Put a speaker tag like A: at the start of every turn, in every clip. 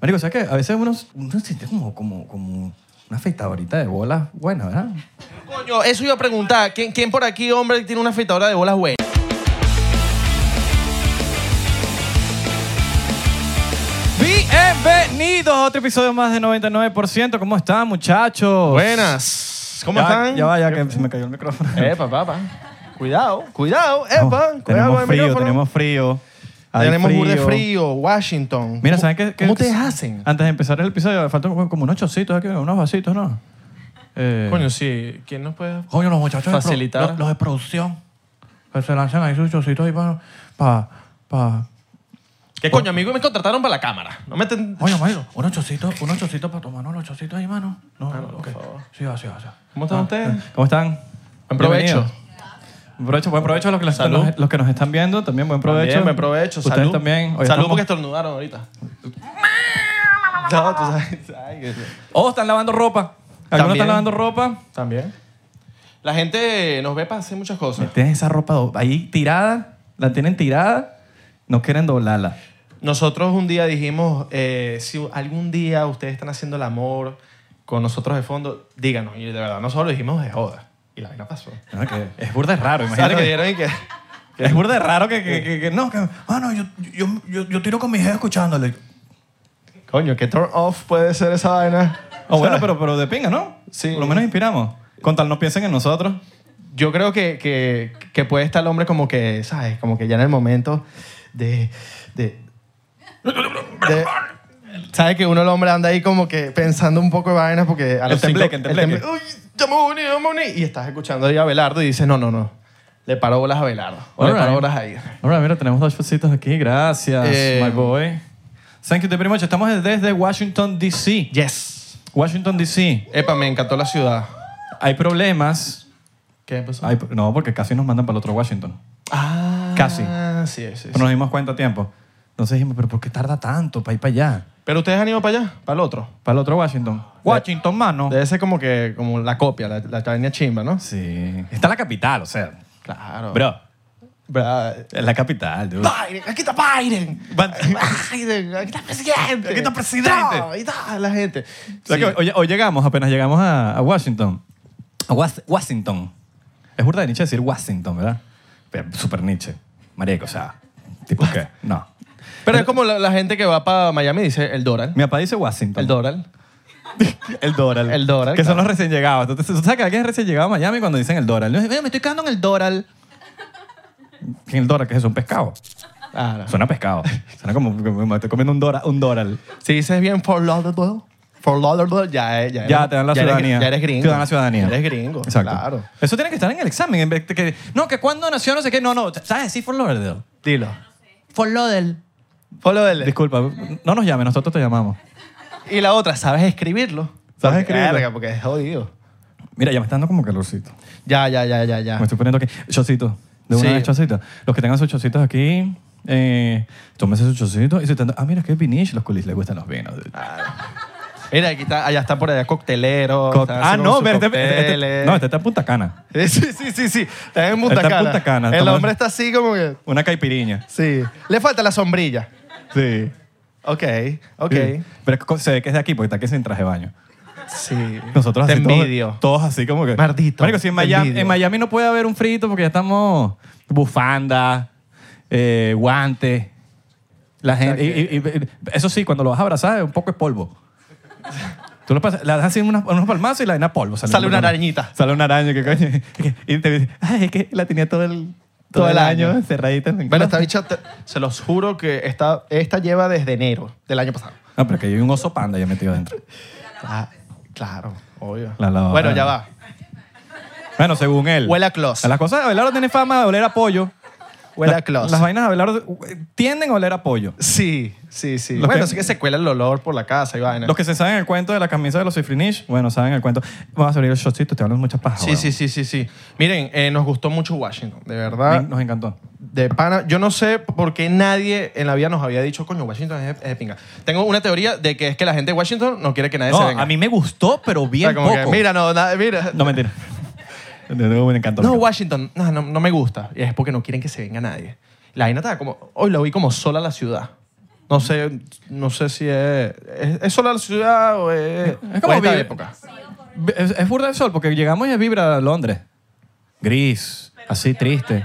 A: Marico, ¿sabes qué? A veces uno, uno siente como, como, como una afeitadorita de bolas buena, ¿verdad?
B: Coño, eso iba a preguntar. ¿Quién, quién por aquí, hombre, tiene una afeitadora de bolas buena?
A: Bienvenidos a otro episodio más de 99%. ¿Cómo están, muchachos?
B: Buenas. ¿Cómo
A: Ya-
B: están? Eh,
A: Ya vaya, que se me cayó el micrófono.
B: Epa, papá. Cuidado, cuidado. Epa,
A: Oh,
B: cuidado con
A: tenemos
B: el
A: frío,
B: micrófono.
A: tenemos frío. Hay
B: Tenemos burda de frío, Washington.
A: Mira,
B: ¿Cómo-
A: ¿saben qué? qué- Ah,
B: ¿Cómo te hacen?
A: Antes de empezar el episodio, faltan como como unos chocitos aquí, unos vasitos, ¿no? Eh,
B: Coño, sí. ¿Quién nos puede...?
A: Coño, los muchachos. de pro-
B: Facilitar.
A: los, los de producción. Que se lanzan ahí sus chocitos ahí para. para, para Oh.
B: ¿Qué coño, amigo? Me contrataron para la cámara. No me ten-
A: Oye, Mario, unos chocitos, unos chocitos para tomarnos los chocitos ahí, mano. No,
B: Ah, no, por
A: ok.
B: favor.
A: Sí, va, sí, va, sí va.
B: ¿Cómo están
A: Ah,
B: ustedes?
A: eh, ¿Cómo están?
B: Buen provecho.
A: Bienvenidos. Buen provecho, buen provecho a los que, los,
B: Salud.
A: los que nos están viendo, también buen provecho.
B: También, me aprovecho.
A: Ustedes
B: Salud.
A: también. Hoy
B: Salud
A: estamos-
B: porque estornudaron ahorita. No, tú sabes. sabes que-
A: O Oh, están lavando ropa. Algunos
B: También.
A: están lavando ropa.
B: También. La gente nos ve para hacer muchas cosas.
A: Tienes esa ropa do- ahí tirada, la tienen tirada, no quieren doblarla.
B: Nosotros un día dijimos, eh, si algún día ustedes están haciendo el amor con nosotros de fondo, díganos. Y de verdad, nosotros lo dijimos de joda. Y la vaina pasó.
A: No, que es burda de raro,
B: ¿Sabes
A: imagínate.
B: que
A: que-
B: dieron y que...
A: es burda de raro que, que, que- que- no, que, ah, no, yo, yo, yo, yo tiro con mi jefe escuchándole.
B: Coño, ¿qué turn off puede ser esa vaina?
A: O bueno,
B: ¿Sabes?
A: pero, pero de pinga, ¿no?
B: Sí.
A: Por lo menos inspiramos. Con tal no piensen en nosotros.
B: Yo creo que, que, que puede estar el hombre como que, ¿sabes? Como que ya en el momento de... de, de- ¿Sabes que uno el hombre anda ahí como que pensando un poco de vainas porque a
A: El
B: los cinco-
A: tembleque, el tembleque.
B: temble- Uy, ya me voy a unir, ya me voy a unir. Y estás escuchando ahí a Belardo y dices, no, no, no. Le paro bolas a Belardo. O le
A: Alright.
B: paro bolas a ir.
A: Ahora, mira, tenemos dos chocitos aquí. Gracias,
B: Eh.
A: my boy. Thank you very much. Estamos desde Washington, D.C.
B: Yes.
A: Washington, D.C.
B: Epa, me encantó la ciudad.
A: Hay problemas.
B: ¿Qué pasó?
A: Hay- no, porque casi nos mandan para el otro Washington.
B: Ah.
A: Casi.
B: Sí, sí, sí.
A: Pero nos dimos cuenta a tiempo. Entonces dijimos, ¿pero por qué tarda tanto para ir para allá?
B: Pero ustedes han ido para allá, para el otro.
A: Para el otro Washington. Washington, mano.
B: Debe ser como que como la copia, la, la vaina chimba, ¿no?
A: Sí. Está la capital, o sea.
B: Claro.
A: Bro,
B: Bra-
A: es la capital, dude.
B: Biden, aquí está Biden.
A: Van-
B: Biden, aquí está presidente.
A: Aquí está presidente.
B: No, ahí está la gente.
A: O sea
B: Sí.
A: que hoy, hoy llegamos, apenas llegamos a, a Washington. A Was- Washington. Es burda de Nietzsche decir Washington, ¿verdad? Pero Super Nietzsche. Marico, o sea, tipo que, no.
B: Pero es como la, la gente que va para Miami y dice el Doral.
A: Mi papá dice Washington.
B: El Doral.
A: El Doral.
B: El Doral,
A: Que son
B: claro.
A: los recién llegados. Entonces, ¿tú sabes que alguien es recién llegado a Miami cuando dicen el Doral? Yo, "Mira, me estoy quedando en el Doral. ¿Qué es el Doral? ¿Qué es eso? ¿Un pescado?
B: Ah, no.
A: Suena a pescado. Suena como, como me estoy comiendo un, dora- un Doral.
B: Si dices bien for Lauderdale, for Lauderdale, ya, es- ya,
A: Ya
B: eres-
A: te dan la
B: ya eres-
A: ciudadanía.
B: ya eres gringo.
A: Te dan la ciudadanía.
B: Ya eres gringo.
A: Exacto.
B: Claro.
A: Eso tiene que estar en el examen. en vez de que- no, que cuando nació, no sé qué. No, no. ¿Sabes? Sí, Fort Lauderdale.
B: Dilo.
A: Fort Lauderdale.
B: For Lauderdale.
A: Disculpa, no nos llames, nosotros te llamamos.
B: Y la otra, ¿sabes escribirlo?
A: ¿Sabes
B: Porque-
A: escribirlo?
B: Verga, porque es jodido.
A: Mira, ya me está dando como calorcito.
B: Ya, ya, ya, ya, ya.
A: Me estoy poniendo aquí. Chocito. De una
B: Ah. Sí.
A: vez, chocito. Los que tengan sus chocitos aquí, eh, tómense sus chocitos. Y se están- ah, mira, que es vinich. Los culis les gustan los vinos.
B: Ah, Mira, aquí está, allá está por allá coctelero.
A: Co-
B: están
A: ah,
B: haciendo
A: no,
B: sus
A: pero este- este-
B: cócteles.
A: no, este está en Punta Cana.
B: Sí, sí, sí, sí. Está en Punta
A: Está en
B: Cana.
A: Punta Cana,
B: El
A: tomando-
B: hombre está así como que.
A: Una caipiriña.
B: Sí. Le falta la sombrilla.
A: Sí.
B: Ok, ok.
A: Pero es que se ve que es de aquí porque está aquí sin traje de baño.
B: Sí.
A: Nosotros
B: Te
A: así todos-
B: envidio.
A: Todos, así como que.
B: Maldito,
A: Marico, si en
B: te
A: Miami,
B: envidio.
A: en Miami no puede haber un frito porque ya estamos bufanda, eh, guantes. La gente. y- y- y- eso sí, cuando lo vas a abrazar es un poco de polvo. Tú lo pasas, le das así unas- unos palmazos y la vaina polvo.
B: Sale una
A: por-
B: arañita.
A: Sale una araña, que coño. Y te dice, ay, es que la tenía todo el, todo el año encerradita. en el
B: Bueno,
A: closet".
B: esta bicha, te- se los juro que esta, esta lleva desde enero del año pasado.
A: No, pero que hay un oso panda ya metido adentro.
B: Ah, claro, obvio.
A: La lavadora.
B: bueno, ya va.
A: Bueno, según él.
B: Huele a closet.
A: Las cosas de Abelardo tiene fama de oler a pollo.
B: Huele a
A: La-
B: closet.
A: Las vainas de Abelardo eh, tienden a oler a pollo.
B: Sí, sí, sí.
A: Los
B: bueno,
A: que-
B: sí que se cuela el olor por la casa y vaina.
A: Los que se saben el cuento de la camisa de los Cifrinish, bueno, saben el cuento. Vamos a abrir el shotcito, te hablan muchas pajas.
B: Sí,
A: weón.
B: sí, sí, sí, sí. Miren, eh, nos gustó mucho Washington, de verdad.
A: Me- Nos encantó.
B: De pana, yo no sé por qué nadie en la vida nos había dicho, coño, Washington es, es de pinga. Tengo una teoría de que es que la gente de Washington no quiere que nadie se
A: No,
B: venga.
A: a mí me gustó, pero
B: O sea,
A: bien
B: como que,
A: poco.
B: mira, no, na- mira.
A: No, mentira. me encantó.
B: No,
A: me encantó.
B: Washington, no, no, no me gusta. Y es porque no quieren que se venga nadie. La vaina está como, hoy la vi como sola a la ciudad. No sé, no sé si es, es, es solo la ciudad o es,
A: Es como
B: o esta
A: vi-
B: época.
A: Es, es burda de sol porque llegamos y es vibra a Londres. Gris, así triste.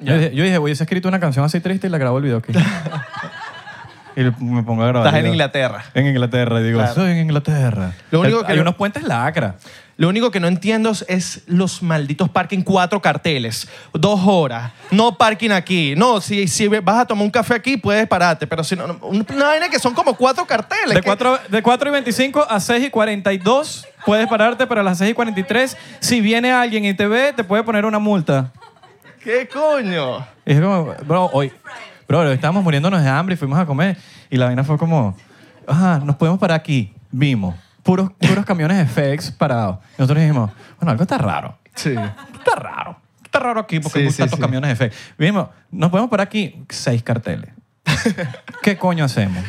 A: Yo dije, yo dije, hubiese escrito una canción así triste y la grabó el video aquí. y me pongo a grabar.
B: Estás
A: el
B: en
A: video.
B: Inglaterra.
A: En Inglaterra, digo.
B: Claro.
A: Soy en Inglaterra.
B: Lo único
A: El-
B: que
A: Hay
B: yo-
A: unos puentes lacra.
B: Lo único que no entiendo es los malditos parking, cuatro carteles, dos horas, no parking aquí. No, si, si vas a tomar un café aquí, puedes pararte, pero si no, no- una vaina que son como cuatro carteles.
A: De
B: que-
A: 4, de 4 y 25 a 6 y 42 puedes pararte, pero a las 6 y 43, si viene alguien y te ve, te puede poner una multa.
B: ¿Qué coño?
A: Y es como, bro, hoy, bro, hoy estábamos muriéndonos de hambre y fuimos a comer. Y la vaina fue como, ah, nos podemos parar aquí. Vimos. Puros, puros camiones de FedEx parados. Y nosotros dijimos, bueno, algo está raro.
B: Sí.
A: Está raro. Está raro aquí porque
B: Sí,
A: hay
B: sí,
A: tantos
B: sí.
A: camiones de FedEx. Vimos, nos podemos parar aquí. Seis carteles. ¿Qué coño hacemos?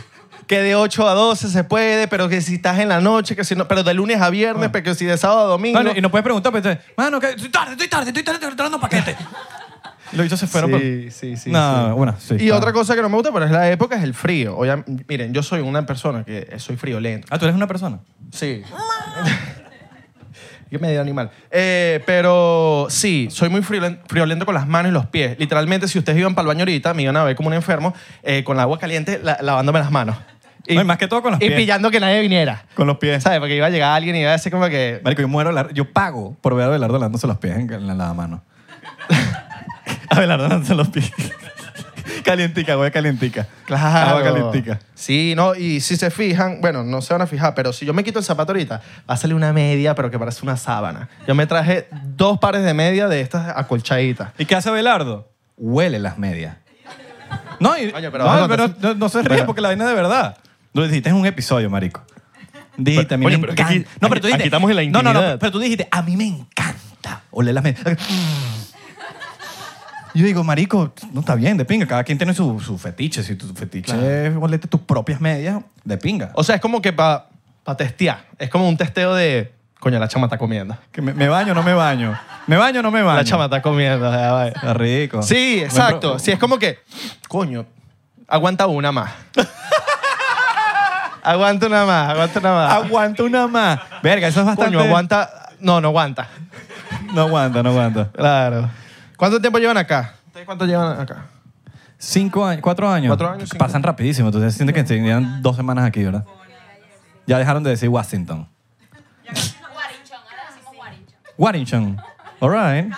B: Que de 8 a 12 se puede, pero que si estás en la noche, que si no, pero de lunes a viernes, pero que si de sábado a domingo.
A: Mano, Ah. y no puedes preguntar, pero entonces, mano, que estoy tarde, estoy tarde, estoy tarde, estoy entrando paquete. Y Los bichos se fueron.
B: Sí,
A: pa-
B: sí, sí,
A: No,
B: sí.
A: bueno, sí.
B: y
A: está.
B: otra cosa que no me gusta, pero es la época, es el frío. Obvia- miren, yo soy una persona que soy friolento.
A: Ah, tú eres una persona.
B: Sí. Yo medio animal. Eh, pero sí, soy muy friolen- friolento con las manos y los pies. Literalmente, si ustedes iban para el baño ahorita, me iban a ver como un enfermo eh, con agua caliente la- lavándome las manos.
A: No, y más que todo con los
B: y
A: pies.
B: pillando que nadie viniera.
A: Con los pies.
B: ¿Sabes? Porque iba a llegar alguien y iba a decir como que...
A: Marico, yo muero, la- yo pago por ver a Abelardo lavándose los pies en, en la lavamano. Abelardo lavándose los pies. calientica, güey, calientica.
B: Claro.
A: Agua calientica.
B: Sí, no, y si se fijan, bueno, no se van a fijar, pero si yo me quito el zapato ahorita, va a salir una media, pero que parece una sábana. Yo me traje dos pares de media de estas acolchaditas.
A: ¿Y qué hace Abelardo? Huele las medias. No, y-
B: Coño, pero
A: no,
B: bueno,
A: pero
B: entonces-
A: no, no se ríe
B: Bueno.
A: porque la vaina es de verdad. Lo dijiste en un episodio, marico. Dijiste, a mí
B: Oye,
A: me
B: pero que
A: encanta.
B: aquí-
A: no, pero tú
B: aquí-
A: dijiste,
B: aquí estamos en la
A: No, no, no,
B: intimidad.
A: pero tú dijiste, a mí me encanta oler las medias. Yo digo, marico, no está bien, de pinga. Cada quien tiene su, su fetiche. Si tu fetiche
B: Claro.
A: es olerte tus propias medias, de pinga.
B: O sea, es como que para testear. Es como un testeo de. Coño, la chama está comiendo.
A: Que me, me baño, no me baño. Me baño, no me baño.
B: La chama está comiendo. ya va.
A: Está rico.
B: Sí, exacto. Sí, es como que. Coño, aguanta una más. aguanta una más, aguanta una más.
A: Aguanta una más. Verga, eso es bastante.
B: Coño, aguanta. No, no aguanta.
A: No aguanta, no aguanta.
B: Claro. ¿Cuánto tiempo llevan acá? ¿Ustedes cuánto llevan acá?
A: Cinco años, cuatro años.
B: Cuatro años, cinco.
A: Pasan rapidísimo. Entonces siento que tenían dos semanas aquí, ¿verdad? Ya dejaron de decir Washington.
C: Ah,
A: Warrington. All right.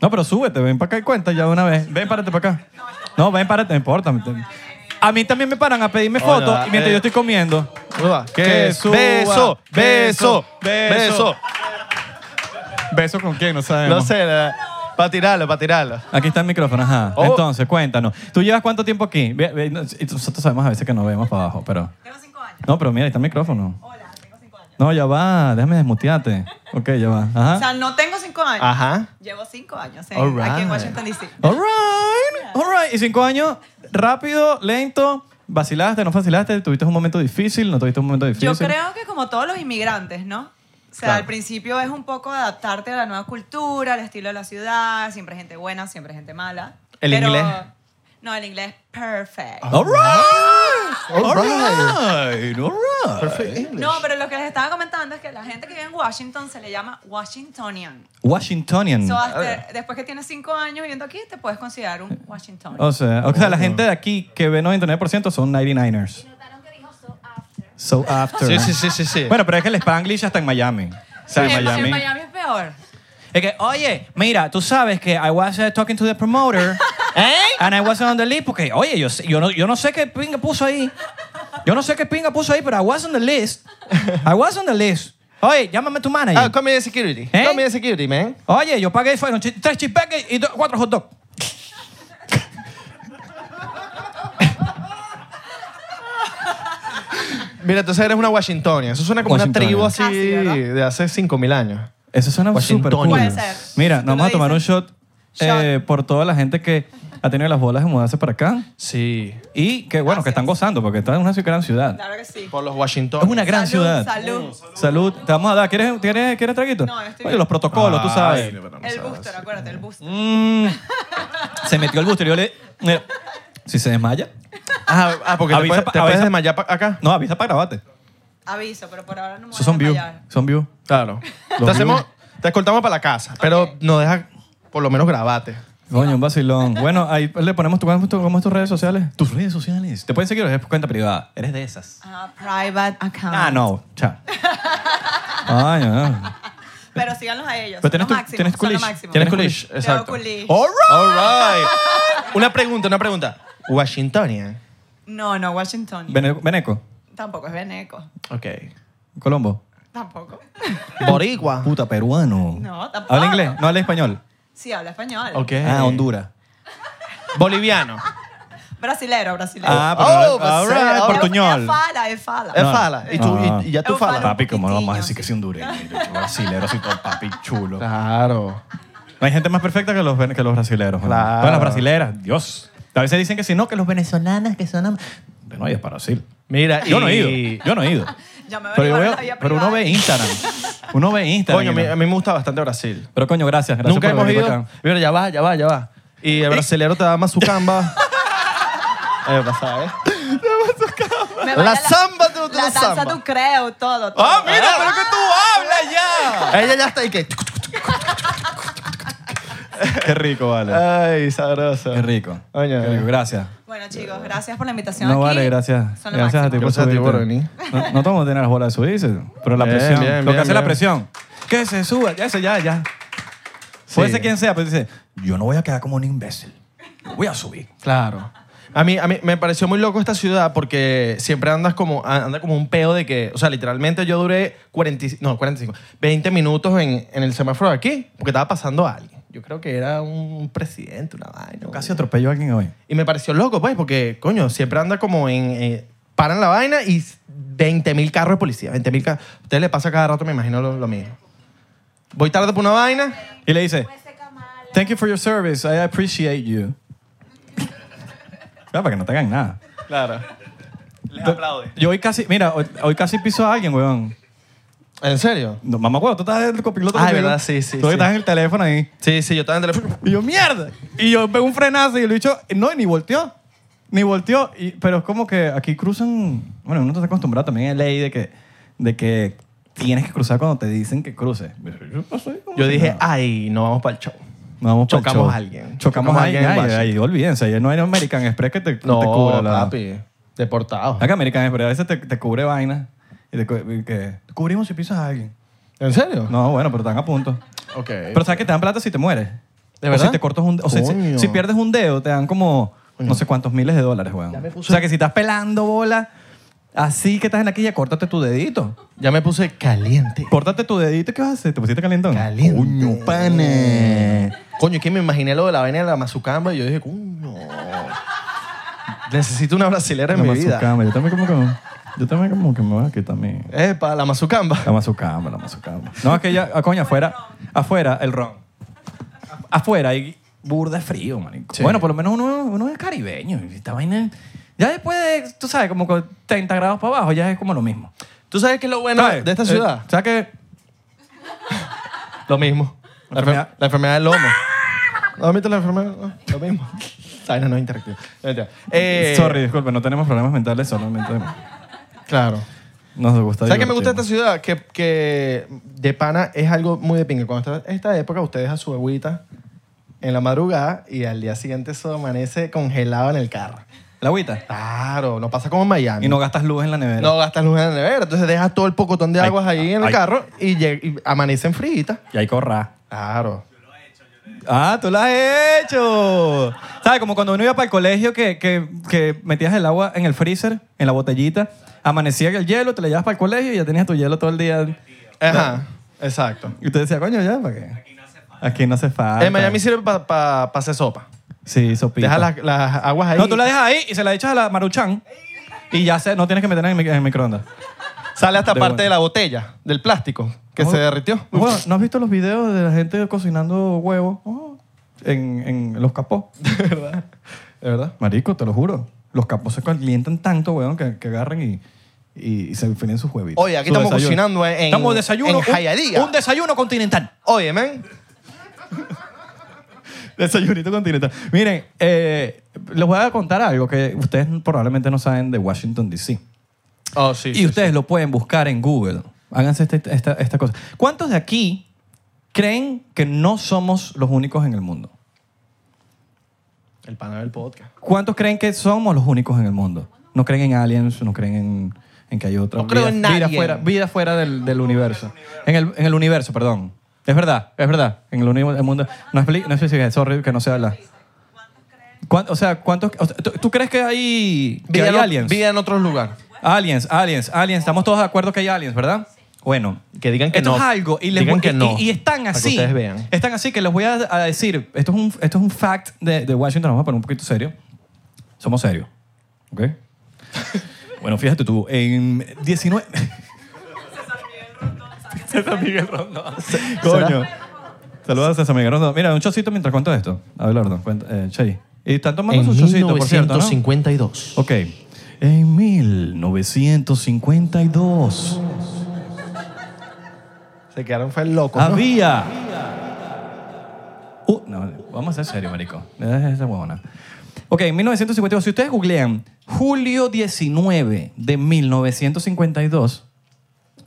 A: No, pero súbete, ven para acá y cuenta ya de una vez. Ven, párate para acá. No, ven, párate, no importa. A mí también me paran a pedirme
B: Hola,
A: fotos y mientras
B: eh.
A: yo estoy comiendo. Que
B: Que
A: suba.
B: beso, beso,
A: Beso.
B: beso.
A: ¿Beso con quién? No sabemos.
B: No sé, para tirarlo, para tirarlo.
A: Aquí está el micrófono, ajá.
B: Oh.
A: Entonces, cuéntanos. ¿Tú llevas cuánto tiempo aquí? Ve- ve, no, y Nosotros sabemos a veces que nos vemos para abajo, pero...
C: Tengo cinco años.
A: No, pero mira, ahí está el micrófono.
C: Hola, tengo cinco años.
A: No, ya va, déjame desmutearte. Ok, ya va.
C: O
A: Ajá.
C: sea, no tengo cinco años.
B: Ajá.
C: Llevo cinco años en-
B: Ah. All
C: aquí en
B: right.
C: Washington, D.C.
A: All right, all right. Y cinco años, rápido, lento, vacilaste, no vacilaste, tuviste un momento difícil, no tuviste un momento difícil.
C: Yo creo que como todos los inmigrantes, ¿no? O sea,
B: Claro.
C: al principio es un poco adaptarte a la nueva cultura, al estilo de la ciudad, siempre gente buena, siempre gente mala.
B: ¿El
C: Pero-
B: inglés? Oh,
C: No, el inglés perfect.
A: All right,
B: All
A: all right,
B: right.
A: all right.
C: No, pero lo que les estaba comentando es que la gente que vive en Washington se le llama Washingtonian.
B: Mm.
A: Washingtonian.
C: So, ah, hasta-
B: Ah.
C: después que tienes cinco años viviendo aquí, te puedes considerar un
B: Oh,
C: Washingtonian.
A: O sea, o sea, la gente de aquí que ve 99% son 99ers. So after.
B: Sí, sí, sí, sí, sí.
A: Bueno, pero es que el Spanglish hasta en Miami. O sea, en
C: En-
A: Miami.
C: en Miami es peor.
A: Es que, oye, mira, tú sabes que I was uh, talking to the promoter.
C: ¿Eh?
A: And I wasn't on the list porque, oye, yo, sé- yo, no, yo no sé qué pinga puso ahí. Yo no sé qué pinga puso ahí, pero I was on the list. I was on the list. Oye, llámame a tu manager.
B: Ah, come here security.
A: ¿Eh?
B: Come here security, man.
A: Oye, yo pagué fueron chi- tres chispeques y do- cuatro hot dogs.
B: Mira, entonces eres una Washingtonia. Eso suena como
A: Washingtonia.
B: una tribu así
C: Casi, ¿verdad?
B: de hace 5000 años.
A: Eso suena súper
B: Washingtonian.
A: cool.
B: Puede
C: ser.
A: Pues Mira, nos
C: Tú
A: vamos
C: lo
A: a tomar un
C: dices.
A: shot, eh, por toda la gente que ha tenido las bolas de mudarse para acá
B: Sí.
A: y que, bueno, que están gozando porque está en una gran ciudad.
C: Claro que sí.
B: Por los Washington.
A: Es una gran
C: Salud,
A: ciudad.
C: salud.
A: Salud. Te vamos a dar. ¿Quieres, quieres, quieres traguito?
C: No, estoy
A: Oye,
C: bien.
A: los protocolos,
B: Ah,
A: tú sabes.
C: El booster, acuérdate, el booster.
A: Mm. se metió el booster. Yo le. mira, Si se desmaya.
B: Ah, ah, porque te
A: Avisa
B: puedes,
A: pa-
B: te puedes
A: avisa-
B: desmayar pa- acá.
A: No, avisa para grabarte.
C: Aviso, pero por ahora no me voy
A: Esos son
C: a
A: views.
C: desmayar.
A: Son views.
B: Claro.
A: Los
B: Te hacemos, te escoltamos para la casa, pero
C: Ok.
B: nos deja por lo menos grabarte.
A: Coño, un vacilón. Bueno, ahí le ponemos tu, ¿cómo es tu- cómo es tus redes sociales. Tus redes sociales. Te pueden seguir es cuenta privada. Eres de esas.
C: Ah, private account.
A: Ah, no. ah. Chao. Ay, no.
C: Pero síganlos a ellos.
A: Pero
C: son
A: tienes
C: lo
A: tu-
C: máximo,
A: tienes
C: son
A: coolish,
C: lo máximo.
A: tienes
B: Tienes
A: coolish. Oh.
B: coolish, exacto.
C: coolish.
B: All right. Una pregunta, una pregunta. Washingtonia.
C: No, no, Washington.
A: Vene- Veneco.
C: Tampoco es Veneco.
B: Ok.
A: Colombo.
C: Tampoco.
B: Boricua.
A: Puta, peruano.
C: No, tampoco.
A: Habla inglés, no habla español.
C: Sí, habla español.
B: Ok.
A: Ah, Honduras.
B: Boliviano.
C: Brasilero, brasilero.
A: Ah,
B: Oh,
A: pero all
B: pues,
A: right,
B: sí,
C: Es-
A: portuñol.
C: Es fala, es fala.
B: Es Eh, fala. Y, tú,
A: Ah.
B: y, y ya tú
C: Es un fala.
B: fala.
A: Papi, ¿cómo no vamos a
C: Poquitiño.
A: decir que es hondureño? Yo, Brasilero, así todo papi chulo.
B: Claro.
A: No hay gente más perfecta que los, ven- que los brasileros. ¿no?
B: Claro.
A: Todas las brasileras, Dios. A veces dicen que si no, que los venezolanas que son... am- No, y es para Brasil.
B: Mira,
A: Yo no he
B: y-
A: ido, yo no he ido.
C: Ya me
A: Pero, yo
C: averiguaron
A: veo-
C: la vida
A: pero uno
C: privada.
A: ve Instagram. Uno ve Instagram.
B: Coño, a mí,
A: y no.
B: a mí me gusta bastante Brasil.
A: Pero coño, gracias. gracias
B: Nunca
A: por
B: hemos
A: venir
B: ido.
A: pa' acá.
B: Mira, ya va, ya va, ya va. Y el brasilero te da más su camba. Eh, pasada, ¿eh?
C: Me
B: La
C: baila
B: samba de- de la
C: La danza
B: samba.
C: tú creo, todo, todo.
A: ¡Ah, mira! ¡Pero que tú hablas ya!
B: Ella ya está ahí que.
A: Qué rico, vale.
B: Ay, sabroso.
A: Qué rico.
B: Coño.
A: Qué rico, Gracias.
C: Bueno, chicos, gracias por la invitación
A: No
C: aquí.
A: vale, gracias.
C: Son lo
A: Gracias a ti
C: máximo.
A: por
B: Gracias a ti por
A: subirte. No, no tomo tener las bolas de subirse, pero la
B: Bien,
A: presión.
B: bien,
A: lo que
B: bien,
A: hace la
B: bien.
A: presión. Que se suba, ya, ese ya, ya. Puede ser quien sea, pero dice, yo no voy a quedar como un imbécil. Yo voy a subir.
B: Claro. A mí, a mí me pareció muy loco esta ciudad porque siempre andas como, anda como un peo de que, o sea, literalmente yo duré 40, no, 45, 20 minutos en, en el semáforo de aquí porque estaba pasando a alguien. Yo creo que era un presidente, una vaina. un-
A: Casi atropello a alguien hoy.
B: Y me pareció loco, pues, porque, coño, siempre anda como en... eh, paran la vaina y 20.000 carros de policía, 20.000 carros. A ustedes les pasa cada rato, me imagino, lo, lo mismo. Voy tarde por una vaina.
A: Y le dice,
C: Este
A: thank you for your service, I appreciate you. Claro, para que no te hagan nada.
B: Claro. Les aplaude.
A: Yo hoy casi, mira, hoy, hoy casi piso a alguien, weón.
B: ¿En serio?
A: No, mamá, weón, tú estás en el copiloto.
B: Ah,
A: conmigo.
B: verdad, sí, sí,
A: Tú
B: sí.
A: estás en el teléfono ahí.
B: Sí, sí, yo estaba en el teléfono.
A: Y yo, mierda. Y yo pego un frenazo y el bicho, no, y ni volteó. Ni volteó. Y- pero es como que aquí cruzan. Bueno, uno está acostumbrado también a la ley de que, de que tienes que cruzar cuando te dicen que cruces. Yo pasé como
B: Yo
A: si
B: dije,
A: nada.
B: ay, no vamos para el show.
A: Nos vamos pa'l
B: chocamos
A: show.
B: a alguien.
A: Chocamos a alguien.
B: en
A: Ay,
B: Washington.
A: ay, olvídense. ya No hay American Express que te, que te cubra.
B: No,
A: la-
B: papi. Deportado.
A: Acá American Express a veces te, te cubre vainas. Y te cu- y que, "Te cubrimos si pisas a alguien.
B: ¿En serio?
A: No, bueno, pero están a punto.
B: Ok.
A: Pero sabes que te dan plata si te mueres.
B: ¿De
A: o
B: verdad?
A: si te cortas un o sea, si,
B: Coño.
A: si pierdes un dedo, te dan como no sé cuántos miles de dólares, weón.
B: Ya me
A: O
B: puse-
A: sea que si estás pelando bola, así que estás en la quilla, córtate tu dedito.
B: ya me puse caliente.
A: Córtate tu dedito, ¿qué vas a hacer? ¿Te pusiste calentón?
B: Caliente.
A: Coño, pane.
B: Coño, es que me imaginé lo de la vaina de la mazucamba y yo dije, coño. Necesito una brasilera en
A: La
B: mi vida.
A: mazucama. Yo también como que yo también como que me voy a quitar mi
B: Epa, la mazucamba.
A: la mazucama, la mazucama. No, es que ya, ah, coño, afuera, afuera el ron. Afuera hay burda de frío, marico.
B: Sí.
A: Bueno, por lo menos uno, uno es caribeño. y Esta vaina, ya después de, tú sabes, como con 30 grados para abajo, ya es como lo mismo.
B: ¿Tú sabes qué es lo bueno
A: ¿Sabes?
B: de esta
A: Eh,
B: ciudad?
A: ¿Sabes qué?
B: Lo mismo. La,
A: Enfermedad.
B: enfer- la enfermedad del lomo. No, a mí te la enfermedad. ah, Lo mismo. Esta vaina no es interactiva. No, mentira. Eh,
A: Sorry, disculpe, no tenemos problemas mentales, solamente
B: Claro.
A: nos gusta.
B: ¿Sabes qué me gusta de esta
A: divertirnos.
B: ciudad? Que, que de pana es algo muy de pinga. Cuando está esta época, usted deja su agüita en la madrugada y al día siguiente eso amanece congelado en el carro.
A: La agüita.
B: Claro, no pasa como en Miami.
A: Y no gastas luz en la nevera.
B: No gastas luz en la nevera. Entonces dejas todo el pocotón de
A: Ay,
B: aguas ahí en el
A: ay.
B: carro y, lleg- y amanecen fritas.
A: Y hay corra.
B: Claro.
A: Ah, tú lo has hecho. ¿Sabes? Como cuando uno iba para el colegio que, que, que metías el agua en el freezer, en la botellita, amanecía el hielo, te la llevas para el colegio y ya tenías tu hielo todo el día.
B: Ajá, exacto.
A: Y usted decía, coño, ya, ¿para qué? Aquí no hace falta. Aquí no hace falta.
B: En Miami sirve para hacer sopa.
A: Sí, sopita.
B: Dejas las, las aguas ahí.
A: No, tú la dejas ahí y se la echas a la maruchan y ya se, no tienes que meterla en el, mic- en el microondas.
B: Sale hasta
A: De
B: parte
A: bueno.
B: de la botella, del plástico, que
A: No,
B: se derritió.
A: No, bueno, ¿no has visto los videos de la gente cocinando huevos oh, en, en los capós?
B: De verdad. De verdad.
A: Marico, te lo juro. Los capos se calientan tanto, weón, que, que agarran y, y, y se enfríen sus huevitos.
B: Oye, aquí
A: Su
B: estamos cocinando en-
A: estamos desayuno,
B: en
A: un-
B: Hialeah.
A: Un, desayuno continental.
B: Oye, men.
A: Desayunito continental. Miren, eh, les voy a contar algo que ustedes probablemente no saben de Washington, D.C.
B: Oh, sí.
A: Y
B: sí,
A: ustedes lo pueden buscar en Google. Háganse este- esta, esta cosa. ¿Cuántos de aquí creen que no somos los únicos en el mundo?
B: sí. El pana del podcast.
A: ¿Cuántos creen que somos los únicos en el mundo? No creen en aliens, no creen en, en que hay otra
B: No creo
A: vida,
B: en
A: vida
B: nadie.
A: fuera, vida fuera del, del universo. En el, en el universo, perdón. Es verdad, es verdad. En el, uni- el mundo. No, expli- no especifica, es horrible que no se habla. ¿Cuán- O sea, ¿cuántos, o sea, ¿tú, tú crees que hay, que
B: Vida,
A: hay
B: en-
A: aliens?
B: vida en otros lugares.
A: Aliens, aliens, aliens. Estamos todos de acuerdo que hay aliens, ¿verdad? Bueno.
B: Que digan que
A: esto
B: no.
A: es algo. Y, les
B: Digan
A: voy-
B: que
A: y-
B: no,
A: y- y están
B: para que
A: así.
B: ustedes vean.
A: Están así que les voy a, a decir. Esto es, un, esto es un fact de, de Washington. Vamos a poner un poquito serio. Somos serios. ¿Ok? bueno, fíjate tú. En 19... César Miguel Rondón. Coño. Saludos a César Miguel Rondón. Mira, un chocito mientras cuento esto. Abelardo, cuenta, eh, Chey. Y están tomando su chocito, por cierto, ¿no?
B: 1952.
A: Ok. En 1952
B: Se quedaron fue locos. ¿no?
A: había. Uh, no, vamos a ser serio, marico. Eh, Esa huevona. Ok, en 1952, si ustedes googlean julio 19 de 1952,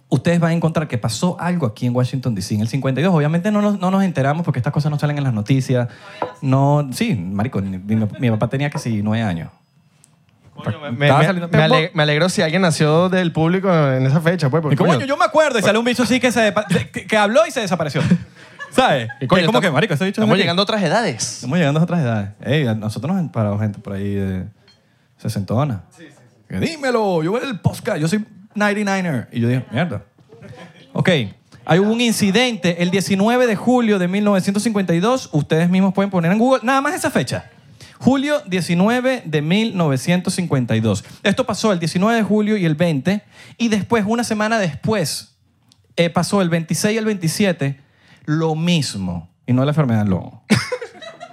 A: ustedes van a encontrar que pasó algo aquí en Washington, D.C. En el 52, obviamente no nos, no nos enteramos porque estas cosas no salen en las noticias. No, sí, marico, ni- ni mi, mi papá tenía que sí, nueve años.
B: Coño, me,
A: Estaba
B: me-
A: saliendo-
B: me ale- me alegro si alguien nació del público en esa fecha, pues. Porque,
A: Y coño,
B: coño,
A: yo me acuerdo. Y sale un bicho así que, se, que, que habló y se desapareció. ¿Sabes?
B: y coño,
A: Que como
B: estamos-
A: que, marico, ese bicho es
B: Estamos
A: de-
B: llegando a otras edades.
A: Estamos llegando a otras edades. Ey, a nosotros nos han parado gente por ahí de sesentona. Sí, sí, Dímelo, yo era el podcast, yo soy 99er. Y yo dije, mierda. Ok, hay un incidente el 19 de julio de 1952. Ustedes mismos pueden poner en Google nada más esa fecha. Julio 19 de 1952. Esto pasó el 19 de julio y el 20. Y después, una semana después, eh, pasó el 26 y el 27, lo mismo. Y no la enfermedad del lomo.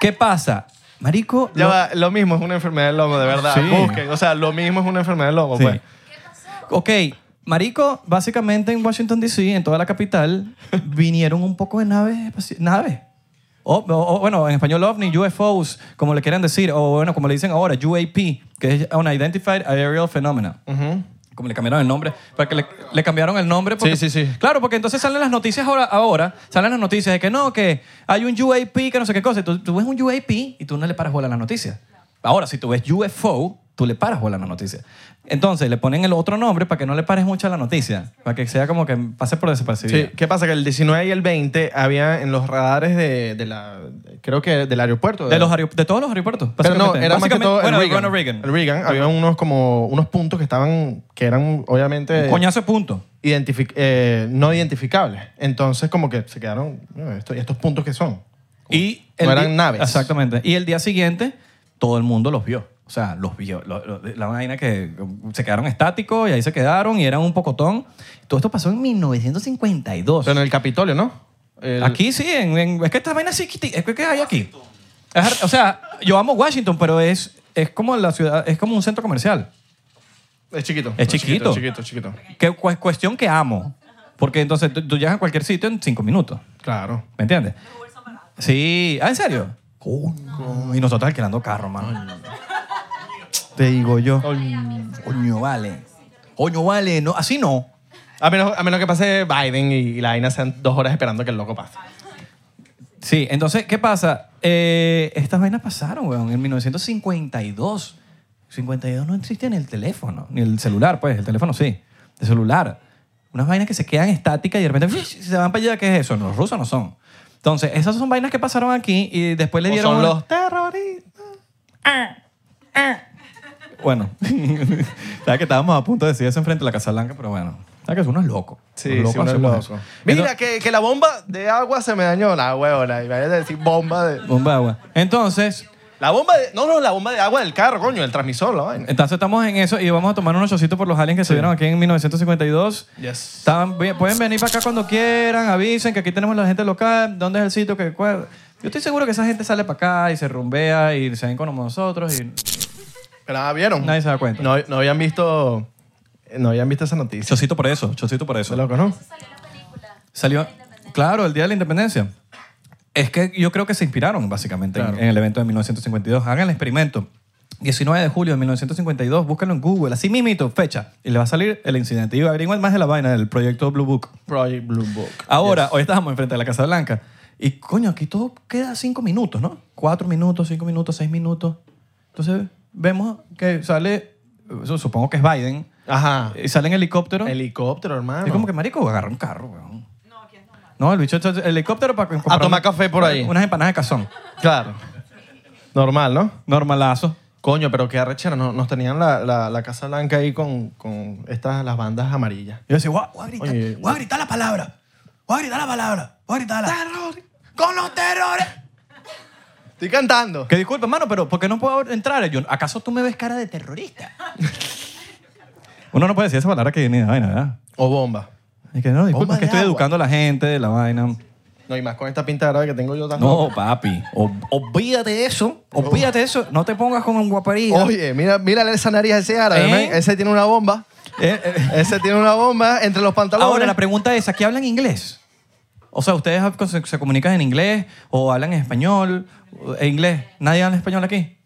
A: ¿Qué pasa? Marico,
B: Ya
A: lo-
B: va, lo mismo es una enfermedad del lomo, de verdad.
A: Sí.
B: Busquen. O sea, lo mismo es una enfermedad del lomo,
A: Sí.
B: pues.
A: Ok, Marico, básicamente en Washington D.C., en toda la capital, vinieron un poco de naves. espaci- Naves. O, o- o, bueno, en español ovni, UFOs, como le quieran decir, o bueno, como le dicen ahora, UAP, que es Unidentified Aerial Phenomena. Como le cambiaron el nombre, para que le, le cambiaron el nombre. Porque,
B: Sí, sí, sí.
A: Claro, porque entonces salen las noticias ahora, ahora, salen las noticias de que no, que hay un UAP, que no sé qué cosa. Y Tú, tú ves un UAP y tú no le paras bola a la noticia. Ahora, si tú ves UFO, tú le paras bola a la noticia. Entonces, le ponen el otro nombre para que no le pares mucho a la noticia, para que sea como que pase por desapercibido.
B: Sí. ¿Qué pasa? Que el 19 y el 20 había en los radares de, de la. Creo que del aeropuerto.
A: De, los aeropu- de todos los aeropuertos.
B: Pero no,
A: básicamente.
B: era más que
A: Básicamente,
B: todo el
A: bueno, bueno,
B: Reagan.
A: Reagan.
B: El Reagan, había unos como unos puntos que estaban que eran obviamente
A: Coñazo de punto.
B: identific- eh, no identificables. Entonces como que se quedaron "Eh, esto- estos puntos que son.
A: Y
B: No
A: el
B: eran
A: di-
B: naves.
A: Exactamente. Y el día siguiente, todo el mundo los vio. O sea, los vio. Lo- lo- la vaina que se quedaron estáticos y ahí se quedaron y eran un pocotón. Todo esto pasó en 1952.
B: Pero en el Capitolio, ¿no? El-
A: Aquí sí, en- en- es que esta vaina sí que- es que hay aquí. Es ar- o sea, yo amo Washington, pero es, es como la ciudad, es como un centro comercial.
B: es chiquito.
A: Es chiquito.
B: Chiquito, chiquito.
A: Que, cu- cuestión que amo. Porque entonces tú, tú llegas a cualquier sitio en cinco minutos.
B: Claro.
A: ¿Me entiendes? Sí. ¿Ah, en serio? Coño. Y nosotros alquilando carro, mano. Te digo yo. Coño, vale. Coño, vale. No, así no.
B: A menos, a menos que pase Biden y, y la vaina sean dos horas esperando que el loco pase.
A: Sí, entonces, ¿qué pasa? Eh, estas vainas pasaron, weón, en 1952. 52 no existía ni el teléfono, ni el celular, pues, el teléfono sí, el celular. Unas vainas que se quedan estáticas y de repente se van para allá, ¿qué es eso? Los rusos no son. Entonces, esas son vainas que pasaron aquí y después le
B: O
A: dieron...
B: son
A: una-
B: los terroristas.
A: Bueno, sabes que estábamos a punto de decir eso enfrente de la Casa Blanca, pero bueno, sabes que son unos locos.
B: Sí,
A: Unos locos
B: sí, uno es
A: hacemos
B: loco.
A: eso.
B: Mira, que, que la bomba de agua se me dañó. La huevona. Y vaya a decir bomba de...
A: Bomba de agua. Entonces,
B: La bomba de... No, no, la bomba de agua del carro, coño. El transmisor, la vaina.
A: entonces estamos en eso y vamos a tomar unos chocitos por los aliens que se vieron aquí en 1952.
B: Yes.
A: Están bien- pueden venir para acá cuando quieran, avisen que aquí tenemos la gente local, dónde es el sitio que cuál? Yo estoy seguro que esa gente sale para acá y se rumbea y se ven con nosotros y
B: Pero nada, ¿vieron?
A: nadie se da cuenta.
B: No, no habían visto... No habían visto esa noticia.
A: Chocito por eso, chocito por
B: Eso
A: eso.
B: loco, ¿no?
A: Salió, claro, el día de la independencia. Es que yo creo que se inspiraron básicamente en- en, el evento de 1952. Hagan el experimento. 19 de julio de 1952, búscalo en Google, así mimito, fecha, y le va a salir el incidente. Y averigüen más de la vaina del proyecto Blue Book.
B: Project Blue Book.
A: Ahora, hoy estábamos enfrente de la Casa Blanca. Y coño, aquí todo queda cinco minutos, ¿no? Cuatro minutos, cinco minutos, seis minutos. Entonces vemos que sale, eso supongo que es Biden,
B: Ajá.
A: y sale en helicóptero.
B: Helicóptero, hermano.
A: Eh, es como que, marico, agarra un carro, weón. No, el bicho echa el helicóptero para comprar
B: tomar
A: una-
B: café por ahí.
A: Unas empanadas de cazón.
B: Claro. Normal, ¿no?
A: Normalazo.
B: Coño, pero qué arrechera. Nos, nos tenían la, la, la Casa Blanca ahí con, con estas, las bandas amarillas.
A: Yo decía, voy a gritar,
B: Oye.
A: voy a gritar la palabra. Voy a gritar la palabra. Voy a gritar la... ¡Terror! ¡Con los terrores!
B: Estoy cantando.
A: Que disculpa, mano, pero ¿por qué no puedo entrar? Yo, ¿Acaso tú me ves cara de terrorista? Uno no puede decir esa palabra que ni de vaina, ¿verdad?
B: O bomba.
A: Es que no, disculpa,
B: Bomba
A: es que
B: de
A: estoy
B: agua.
A: educando a la gente de la vaina.
B: No, y más con esta pinta grave que tengo yo tan
A: No, papi. o- olvídate de eso. Olvídate de eso. No te pongas con un guapería.
B: Oye, mira, mírale esa nariz a ese árabe,
A: ¿Eh?
B: man. Ese tiene una bomba.
A: Eh, eh,
B: Ese tiene una bomba entre los pantalones.
A: Ahora, la pregunta es, ¿aquí hablan inglés? O sea, ¿ustedes se, se comunican en inglés o hablan en español? o- e inglés? ¿Nadie habla español aquí?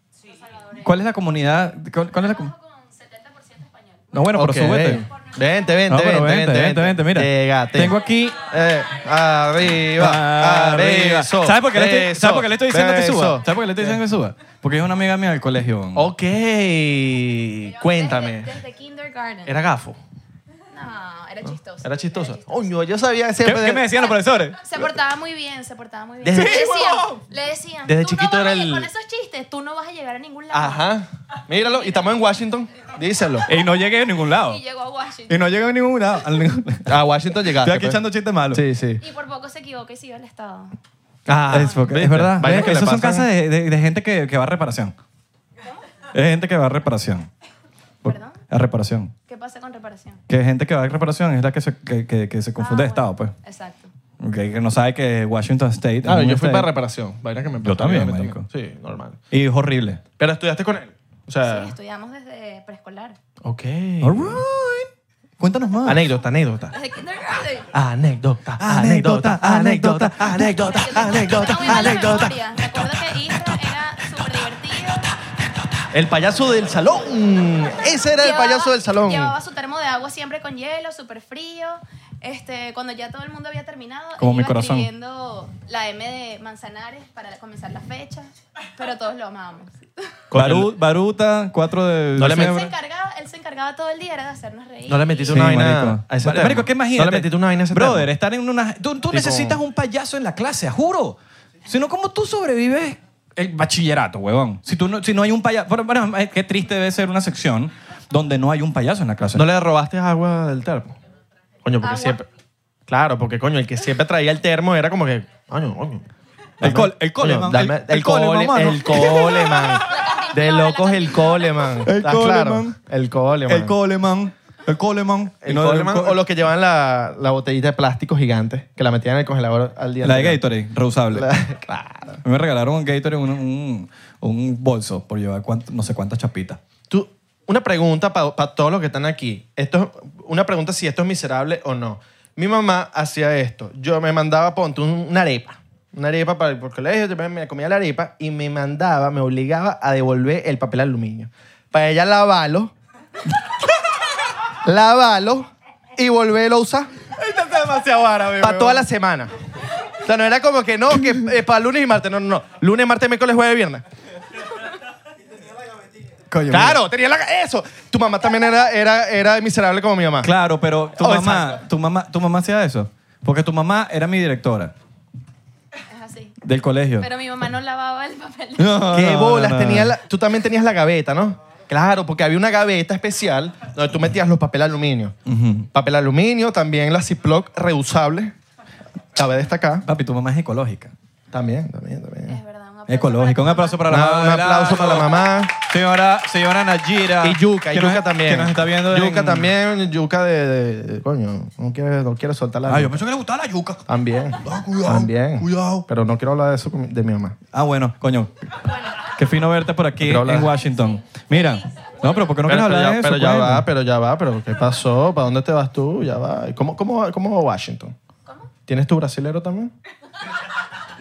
A: ¿Cuál es la comunidad? ¿Cuál, cuál es la com-
D: con 70% español.
A: No, bueno,
B: Ok.
A: pero súbete.
B: Vente, vente,
A: No,
B: vente,
A: pero
B: vente,
A: vente, vente, mira.
B: Llegate.
A: Tengo aquí...
B: Eh, arriba, arriba.
A: Arriba. ¿Sabes por qué le estoy,
B: Eso,
A: ¿sabes por qué le estoy diciendo que
B: eso.
A: suba? ¿Sabes por qué le estoy diciendo que suba? Porque es una amiga mía del colegio.
B: Ok, cuéntame.
D: Desde, desde kindergarten.
B: Era gafo.
D: No, era chistoso.
B: Era chistosa. Coño, yo sabía que
A: ¿Qué,
B: siempre.
A: qué me decían los profesores?
D: Se portaba muy bien, se portaba muy bien.
B: Desde-
D: le,
B: Sí,
D: decían,
B: huevón.
D: le decían,
B: Desde
D: tú
B: chiquito
D: no vas a
B: era
D: lle-
B: el-
D: con esos chistes, tú no vas a llegar a ningún lado.
B: Ajá. Míralo, y estamos en Washington. Díselo.
A: Y no llegué a ningún lado.
D: Y llegó a Washington.
A: Y no llegué a ningún lado. a ningún-
B: A Washington llegaste.
A: Estoy aquí
B: Ah, pues.
A: echando chistes malos.
B: Sí, sí.
D: Y por poco se equivoca y siguió al estado.
B: Ah,
A: es, porque- es
B: ¿viste?
A: verdad.
B: Vainas
A: Ve,
B: que le
A: Esas son
B: pasan.
A: casas de, de- de gente que, que va a reparación. Es gente que va a reparación. Por-
D: ¿Perdón?
A: A reparación.
D: ¿Qué pasa con reparación?
A: Que gente que va a reparación es la que se, que, que- que se confunde de
D: Ah,
A: estado, pues.
D: bueno, Exacto.
A: Que, que no sabe que Washington State. es
B: Ah,
A: un
B: yo fui
A: state.
B: para reparación. Vaina que me
A: Yo también, marico.
B: Sí, normal.
A: Y es horrible.
B: Pero estudiaste con él. O sea.
D: Sí, estudiamos desde preescolar.
B: ok.
A: All right. Cuéntanos más.
B: Anécdota, anécdota.
D: Desde kindergarten.
B: Anécdota,
A: anécdota, anécdota,
B: anécdota,
D: Está muy mala memoria. Recuerdo que Isra era súper divertido.
B: El payaso del salón. Ese era el
D: Llevaba-
B: payaso del salón.
D: Llevaba su termo de agua siempre con hielo, súper frío. Este, cuando ya todo el mundo había terminado,
A: Como
D: él
A: mi
D: iba
A: corazón.
D: escribiendo la M de Manzanares para comenzar la fecha, pero todos lo amábamos.
A: Baru- Baruta, 4 de
B: No le
D: Él
A: diciembre.
D: se, encargaba, él se encargaba todo el día era de hacernos reír.
B: No le metiste
A: Sí,
B: una vaina
A: marico.
B: a ese
A: Mar-
B: tema.
A: marico, ¿qué imagínate?
B: No le metiste una vaina a ese
A: Brother,
B: tema.
A: estar en una... Tú, tú necesitas un payaso en la clase, juro. Si no, ¿cómo tú sobrevives el bachillerato, huevón? Si, tú no, si no hay un payaso... Bueno, bueno, eh, qué triste debe ser una sección donde no hay un payaso en la clase.
B: ¿No le robaste agua del termo? Coño, porque
D: Agua.
B: siempre... Claro, porque coño, el que siempre traía el termo era como que... Coño, coño.
A: El
B: dame-
A: col- el cole,
B: coño,
A: man,
B: dame-
A: el-
B: El
A: el cole,
B: cole,
A: mamá, ¿no?
B: el cole, man. De locos el cole, man.
A: El
B: ¿Estás
A: cole,
B: claro?
A: man.
B: El cole, man.
A: el Coleman, el Coleman.
B: El
A: Y no-
B: Coleman
A: co-
B: o los que llevan la, la botellita de plástico gigante que la metían en el congelador al día
A: La de
B: anterior.
A: Gatorade, reusable.
B: La- claro.
A: Me regalaron en Gatorade un, un, un bolso por llevar cuant- no sé cuántas chapitas.
B: Tú, una pregunta para todos los que están aquí. Esto es una pregunta si esto es miserable o no. Mi mamá hacía esto. Yo me mandaba, ponte un- una arepa. Una arepa para el por colegio, yo me- me comía la arepa y me mandaba, me obligaba a devolver el papel aluminio. Para ella lavarlo, lavarlo y volverlo a usar
A: Está demasiado árabe,
B: para toda la semana. O sea, no era como que no, que es para lunes y martes. No, no, no. Lunes, martes, miércoles, jueves, viernes. Claro, tenía la... Eso. Tu mamá también era, era, era miserable como mi mamá.
A: Claro, pero tu
B: Oh,
A: mamá,
B: exacto.
A: tu mamá, tu mamá hacía eso. Porque tu mamá era mi directora
D: Es así.
A: del colegio.
D: Pero mi mamá no lavaba el papel.
A: No,
B: Qué
A: no,
B: bolas.
A: no, no.
B: tenía la- Tú también tenías la gaveta, ¿no? Claro, porque había una gaveta especial donde tú metías los papel aluminio. Papel aluminio, también la Ziploc reusable. Cabe destacar.
A: Papi, tu mamá es ecológica.
B: También, también, también.
D: Es verdad, un aplauso
A: Ecológica. Un
D: para tu
A: aplauso para la
B: Una-
A: mamá.
B: un aplauso para la mamá.
A: Señora, señora Nayira.
B: Y yuca, y
A: que nos-
B: yuca también.
A: Que nos está viendo.
B: Yuca
A: en-
B: también, yuca de, de- de- Coño, no quiero, no quiero soltar la.
A: Ah, yo
B: yuca.
A: pensé que le gustaba la yuca.
B: También.
A: cuidado,
B: también.
A: cuidado.
B: Pero no quiero hablar de eso con mi- de mi mamá.
A: Ah, bueno, coño. Qué fino verte por aquí
B: Pero habla-
A: en Washington. Mira. No, pero ¿por qué no quieres hablar
B: ya,
A: de eso? pues?
B: pero ya
A: coño?
B: va, pero ya va, pero ¿qué pasó? ¿Para dónde te vas tú? Ya va. ¿Cómo, cómo, cómo va Washington? ¿Cómo? ¿Tienes tu brasilero también?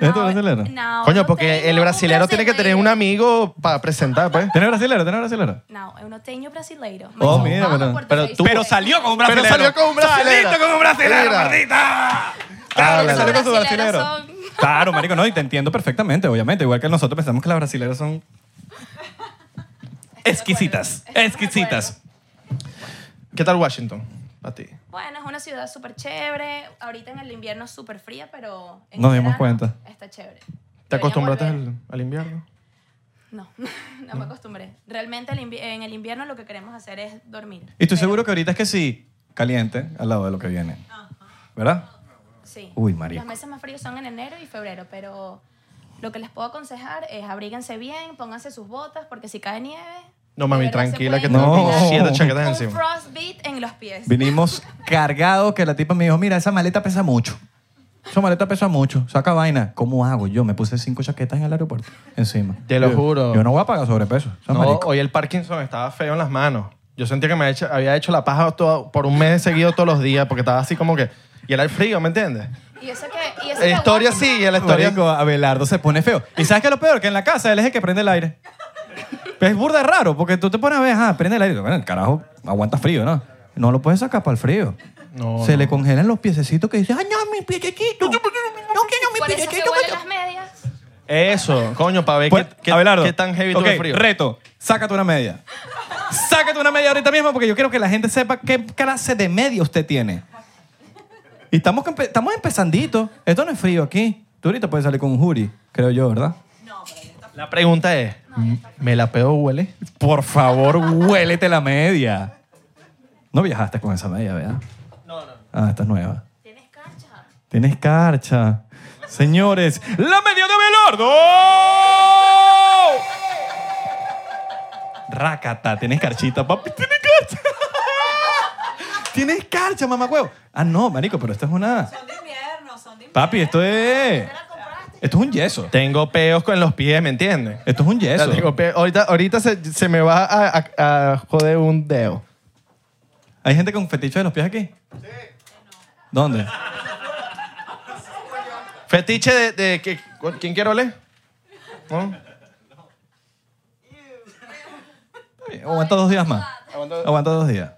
A: ¿Es tu brasilero?
D: No,
B: Coño,
D: no
B: porque
D: tenho
B: el
D: um
B: brasilero tiene que tener un amigo para presentar, pues.
A: ¿Tienes brasilero? ¿Tienes brasilero?
D: Não, eu não tenho brasileiro. Mas
A: Oh,
D: eu
A: mira,
D: falo
A: pero-
D: português.
B: pero
A: Pero salió con un
B: Pero
A: brasilero.
B: salió con un brasilero.
A: Saliste con un brasilero,
B: Mira.
A: maldita.
B: Ah,
A: Claro, que
B: bueno.
A: salió con su
D: Brasileros
A: brasilero.
D: son-
A: Claro, marico, no, y te entiendo perfectamente, obviamente. Igual que nosotros pensamos que las brasileras son exquisitas,
D: Estoy de acuerdo.
A: exquisitas.
B: ¿Qué tal Washington? A ti.
D: Bueno, es una ciudad súper chévere. Ahorita en el invierno es súper fría, pero. en
A: Nos dimos
D: verano
A: cuenta.
D: Está chévere.
B: ¿Te
D: Debería
B: acostumbraste
D: volver.
B: al, al invierno?
D: No, no me acostumbré. Realmente el invi- en el invierno lo que queremos hacer es dormir.
A: Y estoy
D: Pero-
A: seguro que ahorita es que sí, caliente al lado de lo que viene. ¿Verdad?
D: Sí.
A: Uy, marico.
D: Los meses más fríos son en enero y febrero, pero lo que les puedo aconsejar es abríguense bien, pónganse sus botas, porque si cae nieve.
B: No,
D: de
B: mami,
D: verdad se
B: tranquila, que
D: pueden
A: No.
B: tengo
D: congelar.
B: como siete chaquetas
D: Un
B: encima.
D: frostbite en los pies.
A: Vinimos cargados que la tipa me dijo, mira, esa maleta pesa mucho. Esa maleta pesa mucho, saca vaina. ¿Cómo hago? Yo me puse cinco chaquetas en el aeropuerto encima.
B: Te lo
A: Yo-
B: juro.
A: Yo no voy a pagar sobrepeso. o sea,
B: No,
A: marico.
B: hoy el Parkinson estaba feo en las manos. Yo sentía que me había hecho, había hecho la paja todo- por un mes seguido todos los días porque estaba así como que... Y era el frío, ¿me entiendes?
D: Y eso que. Y eso
B: La
D: que
B: historia
D: Washington-
B: sí, y la historia...
A: Ah, Marico, Abelardo se pone feo. ¿Y sabes qué es lo peor? Que en la casa él es el que prende el aire. Pero es burda raro, porque tú te pones a ver, ah, prende el aire. Bueno, el carajo aguanta frío, ¿no? No lo puedes sacar para el frío.
B: No,
A: se
B: no.
A: le congelan los piececitos que dice, ay, no, mi piececito. No quiero mi
D: Por eso que
A: piececito.
D: huelen las medias.
B: Eso, coño, para ver
A: Pues,
B: Eh, qué, qué-
A: Abelardo,
B: qué tan heavy tuvo
A: ok,
B: el frío.
A: reto, sácate una media. Sácate una media ahorita mismo porque yo quiero que la gente sepa qué clase de media usted tiene. Y estamos, que empe- estamos empezandito. Esto no es frío aquí. Tú ahorita puedes salir con un jury, creo yo, ¿verdad?
B: La pregunta es, ¿me la peo huele?
A: Por favor, huélete la media. No viajaste con esa media, ¿verdad? No, no. Ah, esta es nueva.
D: Tienes cancha.
A: Tienes carcha. Señores, la media de Abelardo. Rácata, tienes carchita, papi, tienes carcha. Tienes carcha, mamacuevo. Ah, no, marico, pero esto es una.
C: Son de invierno, son de invierno.
A: Papi, esto es. Esto es un yeso.
B: Tengo peos con los pies, ¿me entiendes?
A: Esto es un
B: Ya
A: yeso.
B: tengo pe- ahorita ahorita se, se me va a, a- a joder un dedo.
A: ¿Hay gente con fetiche de los pies aquí? Sí. ¿Dónde?
B: Fetiche de... de que- ¿Quién quiere oler? ¿No?
A: Aguanta dos días más. Aguanta dos días.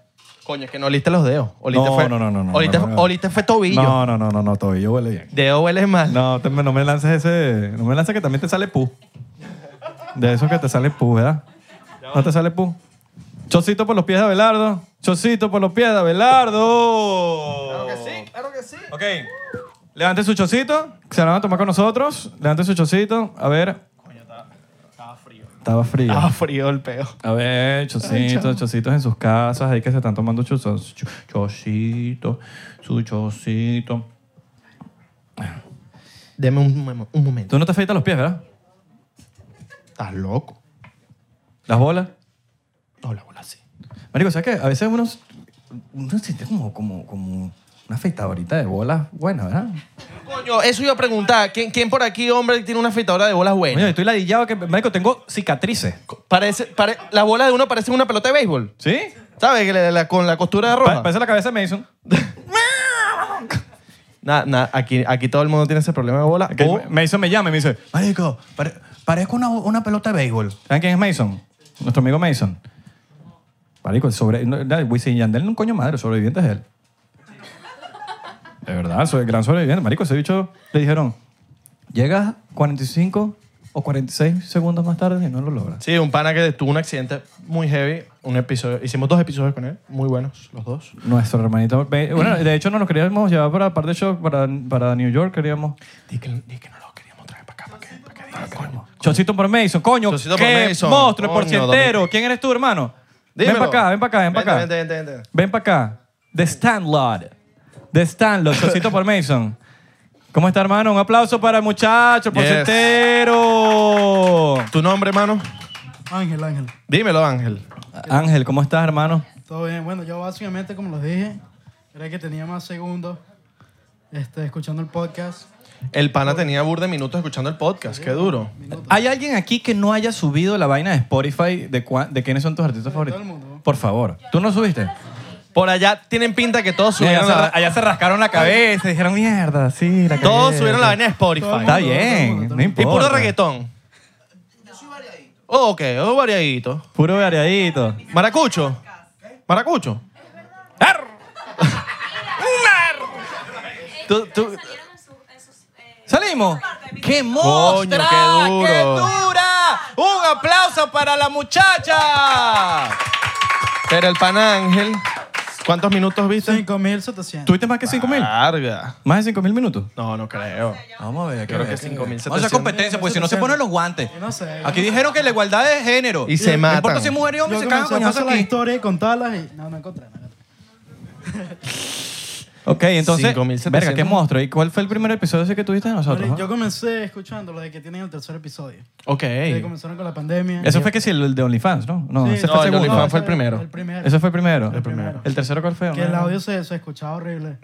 B: Coño, es que no oliste los dedos. Oliste
A: No,
B: fue,
A: no, no, no, no,
B: Oliste,
A: no, no.
B: oliste fue tobillo.
A: No, no, no, no, no, tobillo huele bien.
B: Dedo huele mal.
A: No, te- no me lances ese. No me lances que también te sale pu. De esos que te sale pu, ¿verdad? No te sale pu. Chocito por los pies de Abelardo. Chocito por los pies de Abelardo. Claro que sí, claro que sí. Ok. Levanten su chocito. Se lo van a tomar con nosotros. Levanten su chocito. A ver. estaba frío. Estaba
B: Ah,
A: frío.
B: frío el peo.
A: A ver, chocitos, chocitos en sus casas, ahí que se están tomando sus chocitos, su chocito.
B: Deme un, mom- un momento.
A: Tú no te afeitas los pies, ¿verdad?
B: Estás loco.
A: Las bolas.
B: No, la bola sí.
A: Marico, ¿sabes qué? A veces unos, uno siente como, como, como una afeitadorita de bolas buena, ¿verdad?
B: Coño, eso iba a preguntar. ¿Quién, quién por aquí, hombre, tiene una afeitadora de bolas buenas?
A: Oye, estoy ladillado que, marico, tengo cicatrices.
B: Parece, pare- la bola de uno parece una pelota de béisbol.
A: ¿Sí?
B: ¿Sabes? Que le- la- con la costura de
A: Pa-
B: roja.
A: parece la cabeza de Mason.
B: Nada, nada, aquí, aquí todo el mundo tiene ese problema de bola.
A: Que
B: O-
A: Mason me llama y me dice, marico, pare- parezco una, una pelota de béisbol. ¿Saben quién es Mason? Nuestro amigo Mason. Marico, el sobre... no, no, Wisin y Yandel no un coño madre, el sobreviviente es él. De verdad, soy el gran sobreviviente. Marico, ese bicho le dijeron, llegas 45 o 46 segundos más tarde y no lo logras.
B: Sí, un pana que tuvo un accidente muy heavy. Un episodio, hicimos dos episodios con él, muy buenos los dos.
A: Nuestro hermanito. Be- Bueno, de hecho, no nos queríamos llevar para parte de shock, para, para New York, queríamos.
B: Dije que, di que no lo queríamos traer para acá, para que, para que diga, coño.
A: Chocito por Mason, coño.
B: Chocito por
A: qué
B: Mason,
A: monstruo,
B: coño,
A: por cientero. ¿Quién eres tú, hermano?
B: Dímelo.
A: Ven para acá, ven para acá, ven para acá.
B: Vente, vente, vente, vente.
A: Ven para acá. The Stanlord. The Stanlord, Chocito por Mason. ¿Cómo está, hermano? Un aplauso para el muchacho, por
B: Yes.
A: cientero.
B: ¿Tu nombre, hermano?
E: Ángel, Ángel.
B: Dímelo, Ángel.
A: Ángel, ¿cómo estás, hermano?
E: Todo bien. Bueno, yo básicamente, como les dije, creía que tenía más segundos este, escuchando el podcast.
B: El pana tenía burda de minutos escuchando el podcast, qué duro.
A: ¿Hay alguien aquí que no haya subido la vaina de Spotify de, cua- de quiénes son tus artistas
E: todo
A: favoritos?
E: el mundo.
A: Por favor, ¿tú no subiste?
B: Por allá tienen pinta que todos
A: allá,
B: subieron
A: se, ra-
B: la,
A: allá se rascaron la cabeza y dijeron, mierda, sí, la
B: todos
A: cabeza".
B: subieron la vaina de Spotify.
E: Todo el
A: Está
E: mundo, todo el mundo,
A: bien,
E: todo
A: no
E: el
B: Y
A: importa.
B: puro reggaetón. Oh, ok, oh, variadito.
A: Puro variadito.
B: Maracucho. Maracucho.
A: ¡Arr!
B: Tú- tú-
A: ¡Salimos! ¡Qué
B: monstruo!
A: mostra!
B: qué duro.
A: ¡Qué dura! ¡Un aplauso para la muchacha!
B: Pero el pan Ángel, ¿cuántos minutos viste?
E: 5.700.
A: ¿Tuviste más que 5 mil?
B: Larga.
A: ¿Más de 5 mil minutos?
B: No, no creo.
A: Ah. Vamos a ver.
B: Creo que 5.700.
A: Vamos a hacer competencia, porque si no se ponen los guantes.
E: No sé.
A: Aquí dijeron que la igualdad de género.
B: Y se
A: No importa
B: matan.
A: si es mujer y
E: Yo
A: hombre, se cagan
E: comencé a
A: coñazos
E: hacer la
A: aquí.
E: historia y contarlas y... No, no encontré. no encontré.
A: Ok, entonces.
B: 5.700.
A: Verga, qué monstruo. ¿Y cuál fue el primer episodio ese que tuviste de nosotros?
E: Yo
A: ah?
E: comencé escuchando lo de que tienen el tercer episodio.
B: Ok.
E: Que comenzaron con la pandemia.
A: Eso fue que sí, el de OnlyFans, ¿no? No,
E: Sí,
A: ese
B: no,
A: fue
B: el
A: el
B: de
A: segundo.
B: OnlyFans fue el primero.
E: El primero.
A: Ese fue el primero.
E: El primero.
A: ¿El tercero cuál fue?
E: Que el audio se, se escuchaba horrible.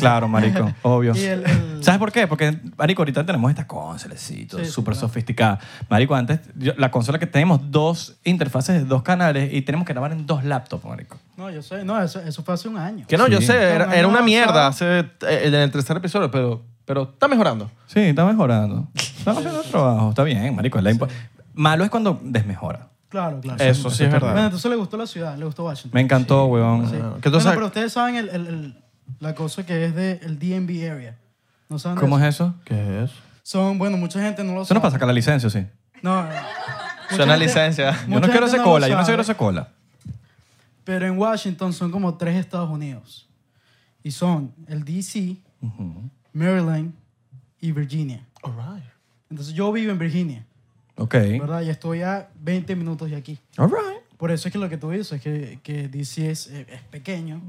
A: Claro, marico, obvio.
E: Y el- el-
A: ¿Sabes por qué? Porque, marico, ahorita tenemos esta consola
E: Sí, sí,
A: súper
E: claro.
A: sofisticada. Marico, antes, yo- la consola que tenemos dos interfaces de dos canales y tenemos que grabar en dos laptops, marico.
E: No, yo sé. No, eso, eso fue hace un año.
B: Que no, yo
A: Sí.
B: sé, era, era una
E: No,
B: mierda
E: no.
B: hace, eh, en el tercer episodio, pero, pero está mejorando.
A: Sí, está mejorando. Estamos haciendo el trabajo. Está bien, marico. es la impo- Malo es cuando desmejora.
E: Claro, claro.
B: Eso sí es
E: Bueno,
B: verdad.
E: entonces le gustó la ciudad, le gustó Washington.
A: Me encantó, weón.
E: Sí.
B: Que tú
E: Bueno,
B: sabes-
E: pero ustedes saben el- el- el- la cosa que es del DMV area. ¿No saben de
A: ¿Cómo
E: eso?
A: es eso?
B: ¿Qué es?
E: Son, bueno, mucha gente no lo
A: Eso no
E: sabe.
A: para sacar la licencia, sí.
E: No, no. Mucha
B: Suena
E: gente-
B: licencia.
A: Yo
E: Mucha
A: no quiero
E: gente
A: hacer
E: no lo
A: cola, yo no
E: sabe.
A: quiero hacer cola.
E: Pero en Washington son como tres Estados Unidos. Y son el DC, Maryland y Virginia. Entonces yo vivo en Virginia,
A: Ok.
E: ¿verdad? Y estoy a 20 minutos de aquí.
A: All right.
E: Por eso es que lo que tú dices es que, que DC es, eh, es pequeño,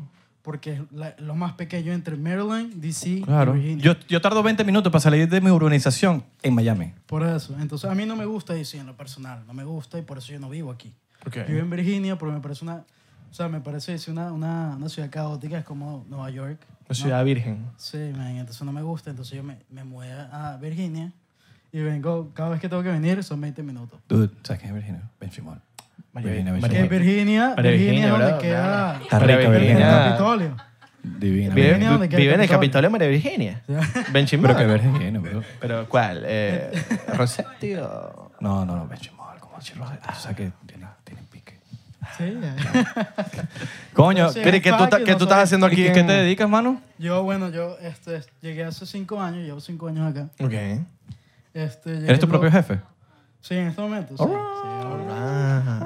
E: porque es la- lo más pequeño entre Maryland, DC
A: Claro.
E: y Virginia.
A: Yo, yo tardo 20 minutos para salir de mi urbanización en Miami.
E: Por eso. Entonces a mí no me gusta DC en lo personal, no me gusta y por eso yo no vivo aquí.
B: Ok.
E: Vivo en Virginia porque me parece una, o sea, me parece DC una, una, una ciudad caótica, es como Nueva York.
B: La ciudad virgen.
E: Sí, man, entonces no me gusta, entonces yo me, me mudé a Virginia y vengo, cada vez que tengo que venir son 20 minutos.
A: Dude, ¿sabes qué es Virginia? Benchimol.
B: María-
A: Virginia,
E: Que
A: Benchimol.
B: María-
E: Virginia,
B: María
E: Virginia,
B: Virginia,
E: es donde
B: bro,
E: queda
A: Está
B: María
A: rica
E: el
A: Virginia.
E: Capitolio.
A: Divina.
B: Vive,
A: Virginia.
E: Virginia, donde queda
B: vive en el
E: Capitolio.
B: Capitolio María Virginia. Benchimol.
A: Pero que Virginia, bro.
B: ¿Pero cuál? Eh, Rosetti o-
A: No, no, no, Benchimol. Como así, Rosa. O sea ah, que tiene, tiene pique.
E: Sí,
A: Coño,
E: Sí,
B: Mire, ¿qué tú,
E: fuck,
B: ta- qué
E: no
B: tú estás
E: soy-
B: haciendo aquí?
A: ¿y qué
B: en-
A: te dedicas, mano?
E: yo, bueno, yo este, llegué hace 5 años, llevo 5 años acá.
B: Ok.
E: Este, llegué
A: ¿Eres tu
E: lo-
A: propio jefe?
E: Sí, en este momento. sí, sí.
A: Ah.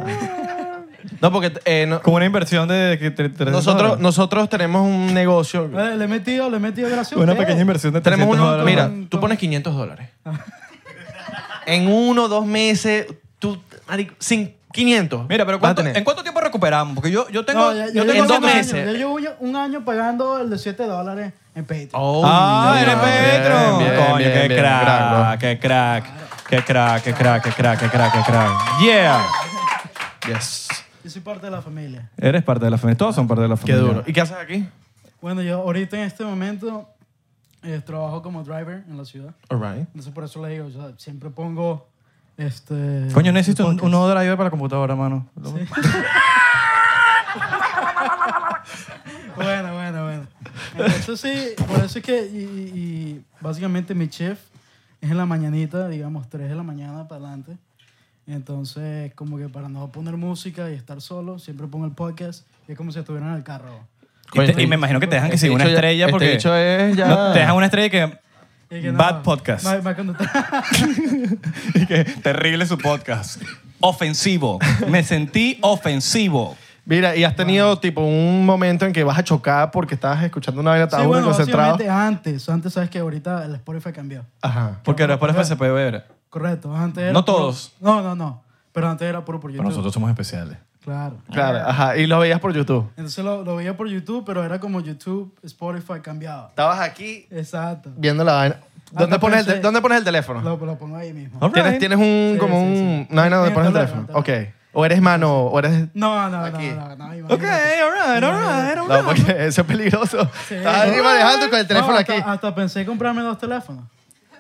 B: No, porque eh, no-
A: Como una inversión de... que tre- 300
B: nosotros,
A: dólares.
B: nosotros tenemos un negocio.
E: Vale, le he metido, le he metido gracias a
A: Una
E: ustedes.
A: pequeña inversión de
B: Tenemos
A: 300
B: uno,
A: dólares. Ah.
B: mira,
E: Con-
B: tú
E: con-
B: pones 500 dólares. en uno, dos meses, tú, marico, sin 500.
A: Mira, pero
B: vas a
A: ¿cuánto-
B: tener.
A: ¿en cuánto tiempo recuperamos? Porque yo, yo tengo...
E: No, ya- ya
A: yo
E: llevo
A: tengo
B: en dos
E: haciendo-
B: meses.
E: Yo llevo un- un año pagando el de 7 dólares en Patreon.
B: Oh,
A: ¡Ah,
B: no,
A: eres
B: no,
A: Petro!
B: bien, bien,
A: Coño,
B: bien,
A: qué,
B: bien,
A: crack,
B: gran,
A: qué crack, qué crack, qué crack, qué crack, qué crack, qué crack. ¡Yeah!
B: bro. Yes.
E: Yo soy parte de la familia.
A: Eres parte de la familia. Todos son parte de la
B: Qué
A: familia.
B: duro. ¿Y qué haces aquí?
E: Bueno, yo ahorita en este momento eh, trabajo como driver en la ciudad.
B: All right.
E: Entonces por eso le digo, yo siempre pongo este...
A: Coño, necesito un, un nuevo driver para la computadora, mano.
E: Bueno, bueno, bueno. Entonces sí, por eso es que... Y, y- y básicamente mi chef es en la mañanita, digamos 3 de la mañana para adelante. Entonces, como que para no poner música y estar solo, siempre pongo el podcast. Y es como si estuviera en el carro.
A: Y, te- y me imagino que te dejan que siga una estrella porque...
B: Este bicho es ya...
A: No, te dejan una estrella y que...
E: Y que no,
A: Bad podcast.
E: va- va a conducir.
A: y que terrible su podcast. Ofensivo. Me sentí ofensivo.
B: Mira, y has tenido tipo un momento en que vas a chocar porque estabas escuchando una vaina tan
E: Sí, bueno,
B: concentrado.
E: básicamente antes. Antes sabes que ahorita el Spotify cambió.
B: Ajá.
A: Porque después se puede ver.
E: Correcto, antes era
A: No
E: puro-
A: todos.
E: No, no, no. Pero antes era puro por YouTube.
A: Pero nosotros somos especiales.
E: Claro.
B: Claro,
A: Ah.
B: ajá. Y lo veías por YouTube.
E: Entonces lo, lo veía por YouTube, pero era como YouTube, Spotify cambiaba.
B: Estabas aquí
E: Exacto.
B: viendo la vaina. ¿Dónde,
E: Ah, no
B: pones, el, te-
E: pensé.
B: ¿dónde pones el teléfono?
E: Lo, lo pongo ahí mismo.
A: All
B: ¿Tienes,
A: right.
B: tienes un,
E: Sí,
B: como
E: sí,
B: un...
E: sí.
B: No, no, donde
E: Sí,
B: pones el
E: teléfono,
B: teléfono. Ok. O eres mano, o eres...
E: No, no,
B: Aquí.
E: no, no, no. imagínate.
A: Ok, all right, all right, all
B: No,
A: right.
B: porque eso es peligroso. Estás aquí manejando con el teléfono
E: No, ah,
B: aquí.
E: Hasta, hasta pensé comprarme dos teléfonos.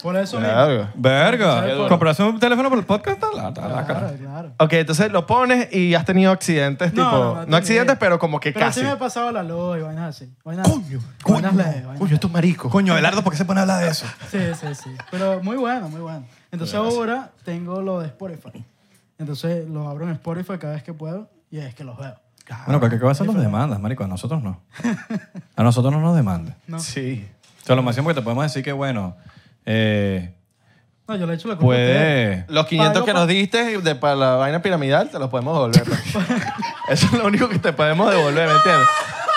E: Por eso mismo.
B: Claro.
A: Verga. ¿Compraste un teléfono por el podcast? Tala, tala, cara.
E: Claro, claro.
B: Ok, entonces lo pones y has tenido accidentes,
E: No,
B: tipo.
E: no, no,
B: No,
E: tenía
B: accidentes,
E: idea.
B: pero como que
E: Pero
B: casi.
E: sí me ha pasado la luz y vainas así. Vainas,
A: Coño, coño,
E: vainas leves, vainas
B: Coño, estos maricos.
A: Coño, Abelardo, ¿por qué se pone a hablar de eso?
E: Sí, sí, sí. Pero muy bueno, muy bueno. Entonces ahora tengo lo de Spotify. Entonces los abro en Spotify cada vez que puedo y es que los veo.
A: Bueno, cualquier cosa nos demandas, marico. A nosotros no. A nosotros no nos demandes.
E: No.
B: Sí.
A: O sea, lo máximo que te podemos decir que, bueno, eh,
E: No, yo le echo la culpa.
A: puede...
B: Los 500
E: Pago
B: que
E: pa-
B: nos diste de, para la vaina piramidal te los podemos devolver. pues. Eso es lo único que te podemos devolver, ¿me entiendes?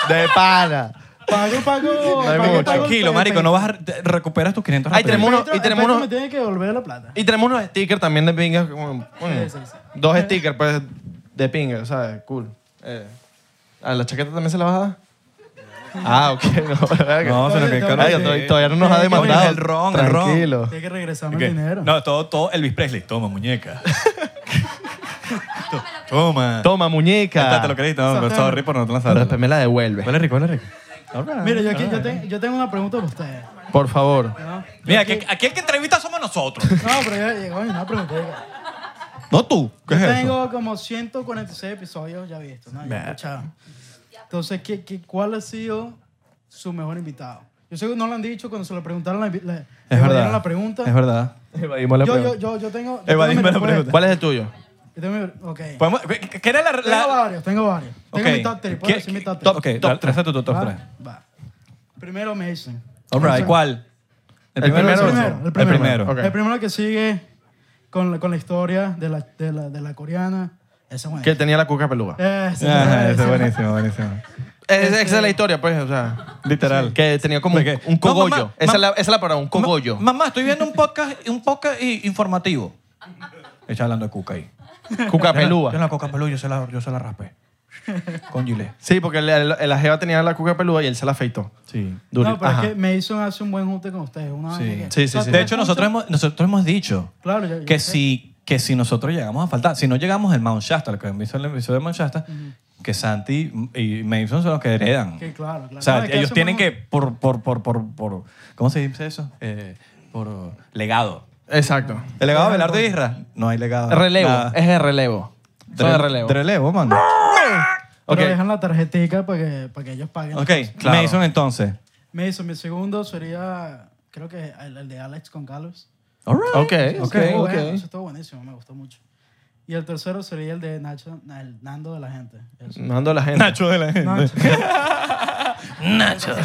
B: De pana.
E: a ti. Pago, pago.
B: No
E: pago,
B: hay mucho.
E: pago el
A: Tranquilo, marico,
E: PayPal.
A: no vas a... te- Recuperas tus 500
B: Ay, tenemos
A: rapidito.
B: uno-
E: Patreon-
B: y
E: el
B: tenemos
E: Patreon
B: uno-
E: me tiene que devolver la plata.
B: Y tenemos unos stickers también de pingas. como- bueno,
E: Sí, sí, sí.
B: Dos stickers, pues, de pingas, ¿sabes? Cool. Eh, ¿A la chaqueta también se la vas a dar? Ah, ok. No, verga.
A: No, sino
E: Todavía-
A: que... claro,
B: Verga,
A: sí.
B: todavía- todavía no nos ha
A: Coño,
B: demandado.
A: El ron, el ron.
B: Tranquilo.
E: Tiene que regresarme
A: Ok.
E: el dinero.
A: No, todo, todo Elvis Presley. Toma, muñeca. To- Toma.
B: Toma,
A: Ya está, Te lo
B: muñeca.
A: creí. No, pero sorry por no
B: Pero
A: lanzarlo.
B: después me la devuelve.
A: Huele rico, huele rico.
E: Mira, yo,
A: Ah.
E: aquí, yo, te- yo tengo una pregunta para ustedes.
B: Por favor.
E: ¿no?
A: Mira, aquí, aquí el que entrevista somos nosotros.
E: No, pero ya llegó una pregunta.
A: No tú. ¿Qué
E: Yo
A: es eso?
E: tengo como 146 episodios ya vistos, ¿no? Ya escuchado. Entonces, ¿qué, qué, cuál ha sido su mejor invitado? Yo sé que no lo han dicho cuando se lo preguntaron, la, invi- le- le evadieron la pregunta.
A: Es verdad.
B: Evadimos la
E: Yo, yo,
B: pregunta.
E: yo, yo tengo. yo
A: Evadimos
E: tengo mi
A: la pregunta.
E: respuesta.
B: ¿Cuál es el tuyo?
E: Yo tengo mi- ok.
A: Podemos- ¿Qué qué era la...
E: Tengo
A: la
E: varios, tengo varios. Tengo
A: Ok.
E: mi top 3,
A: ¿Qué-
E: puedo decir mi
A: qué-
E: top Ah. 3.
A: top- Ok, top 3. tu top tres.
E: Va. Primero Mason.
A: All right. ¿Cuál? o
B: El primero,
E: El
A: el
E: primero,
A: segundo?
E: el primero.
A: El primero.
B: Ok.
E: El primero que sigue con la, con la historia de la, de la, de la coreana. Ese bueno.
B: Que tenía la cuca peluda.
E: Ese,
A: Ajá,
E: ese.
A: ese es buenísimo, buenísimo.
B: Es-
E: este.
B: esa es la historia, pues, o sea.
A: Literal.
B: Que tenía como un,
A: ¿De qué?
B: un cogollo.
A: No, mamá,
B: esa, es
A: mamá.
B: la, esa es la palabra, un cogollo.
A: Ma- mamá, estoy viendo un podcast, un podcast i- informativo. Está hablando de cuca ahí.
B: cuca
A: Yo
B: pelúa.
A: la coca pelúa, yo se la, yo se la raspé. Con gilet.
B: Sí, porque el- el- la jeva tenía la cuca peluda y él se la afeitó.
A: Sí.
B: Duro.
E: No, pero
B: Ajá.
E: es que Mason hace un buen junte con ustedes. Una
A: Sí,
E: vaina Ah, que-
A: sí,
B: Sí,
A: sí.
B: sí, sí.
A: De hecho, nosotros hemos, nosotros hemos dicho
E: Claro, yo- yo
A: que,
E: sé.
A: si, que si nosotros llegamos a faltar, si no llegamos al Mount Shasta, lo que han visto en el episodio de Mount Shasta, que Santi y Mason son los que heredan.
E: Que claro, claro.
A: O sea,
E: No, es que
A: ellos
E: hace
A: tienen
E: un-
A: que, por, por, por, por, por, ¿cómo se dice eso? Eh, por legado.
B: Exacto.
A: ¿El legado de Belardo y Isra? No hay legado.
B: Relevo.
A: Nada.
B: Es el relevo. Son de relevo.
A: De relevo, man.
E: Pero
B: Ok.
E: dejan la tarjetica para que, para que ellos paguen.
A: Ok,
B: Claro.
A: Mason entonces.
E: Mason, mi segundo sería, creo que el, el de Alex con Carlos.
A: All right.
B: Ok, ok,
E: Eso estuvo
B: ok.
E: bueno, Eso estuvo buenísimo, me gustó mucho. Y el tercero sería el de Nacho, el Nando de la gente. Eso.
B: Mando a la gente.
A: Nacho de la gente.
E: Nacho.
A: Nacho.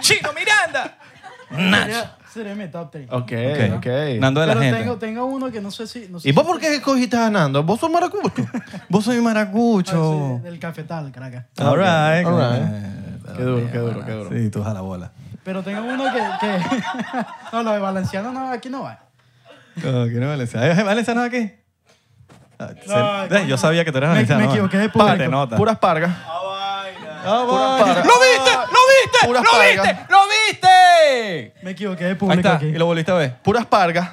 A: Chino Miranda. Nacho.
E: Sería, sería mi top 3.
B: Ok,
A: Ok.
B: ok.
A: Nando de la
E: Pero
A: gente.
E: tengo, tengo uno que no sé si... No sé
B: ¿Y vos
E: si-
B: por qué cogiste a Nando? ¿Vos sos maracucho?
A: Vos soy maracucho.
E: Ah, sí, del cafetal, Caracas.
A: All right.
B: All right.
A: Eh,
B: Qué duro, qué duro,
A: bueno,
B: qué duro.
A: Sí, tú jala bola.
E: Pero tengo uno que... que no, lo de Valenciano no, aquí no va.
A: ¿Cómo que no valenciano? ¿Es valenciano aquí? Ah, se-
E: No,
A: eh,
E: coño.
A: yo sabía que tú eras
E: Me-
A: valenciano.
E: me
A: ¿no?
E: equivoqué de
A: Se
E: público.
A: te nota.
B: Puras pargas.
E: Ah,
B: Ah,
A: Puras
B: vaya.
A: pargas. ¡Lo viste! ¡Lo viste!
B: Puras
A: ¡Lo
B: pargas.
A: viste! ¡Lo viste!
E: Me equivoqué de
A: Ahí
E: público
A: está.
E: aquí.
A: Y lo volviste a ver.
B: Puras pargas.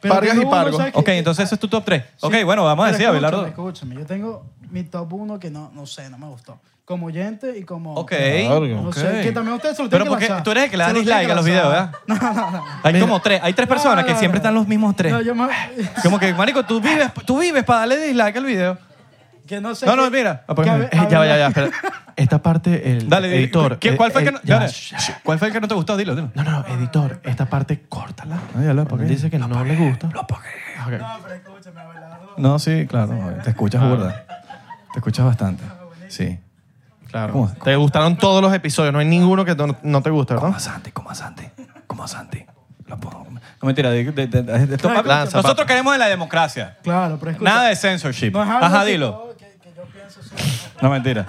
E: Pero
B: Pargas
E: tengo
B: y
E: uno,
B: pargos.
E: ¿sabes qué?
A: Ok, entonces ese es tu top 3. Ok,
E: Sí.
A: bueno, vamos a
E: Pero
A: decir,
E: escúchame,
A: Abelardo.
E: Escúchame, yo tengo mi top 1 que no, no sé, no me gustó. Como oyente y como...
A: Ok.
B: Largo.
E: No
A: ok.
E: sé, que también ustedes se lo
A: Pero
E: tienen
A: porque
E: que lanzar.
A: tú eres el que le da
E: Se lo tienen
A: dislike a los
E: lanzar.
A: videos, ¿verdad?
E: No, no, no.
A: Hay como tres, hay tres personas que
E: no,
A: siempre
E: no.
A: están los mismos tres.
E: No, yo me...
A: Como que, marico, tú vives, tú vives para darle dislike al video.
E: que no sé...
A: No, no,
E: que-
A: mira.
E: que a ver-
B: Eh,
E: a
B: ya va, ya,
E: ver-
B: ya, espera. Esta parte, el
A: Dale,
B: editor.
A: ¿Qué-
B: eh,
A: ¿Cuál fue el que
B: eh,
A: no,
B: ya,
A: dale.
B: shh.
A: ¿Cuál fue el que no te gustó? Dilo, dilo.
B: No, no, no, editor, esta parte córtala.
A: No, ya lo apagué.
B: Porque dice que no le gusta. Ok.
E: No, pero escúchame, Abelardo.
A: No, sí, claro. Te escuchas burda. Te escuchas bastante.
E: Ah,
A: Sí.
B: Claro.
A: ¿Cómo?
B: Te gustaron todos los episodios, no hay ninguno que no, no te gusta,
A: Como
B: ¿verdad?
A: a Santi, como a Santi. Como a Santi. Lo pongo. No, mentira. de- de- de- de- esto-
B: Claro, lanza,
A: nosotros
B: papá.
A: queremos la democracia.
E: Claro, pero escucha.
A: Nada de censorship.
E: No es algo
A: Ajá,
E: que
A: dilo.
E: yo- Que, que yo pienso sí.
A: No, mentira.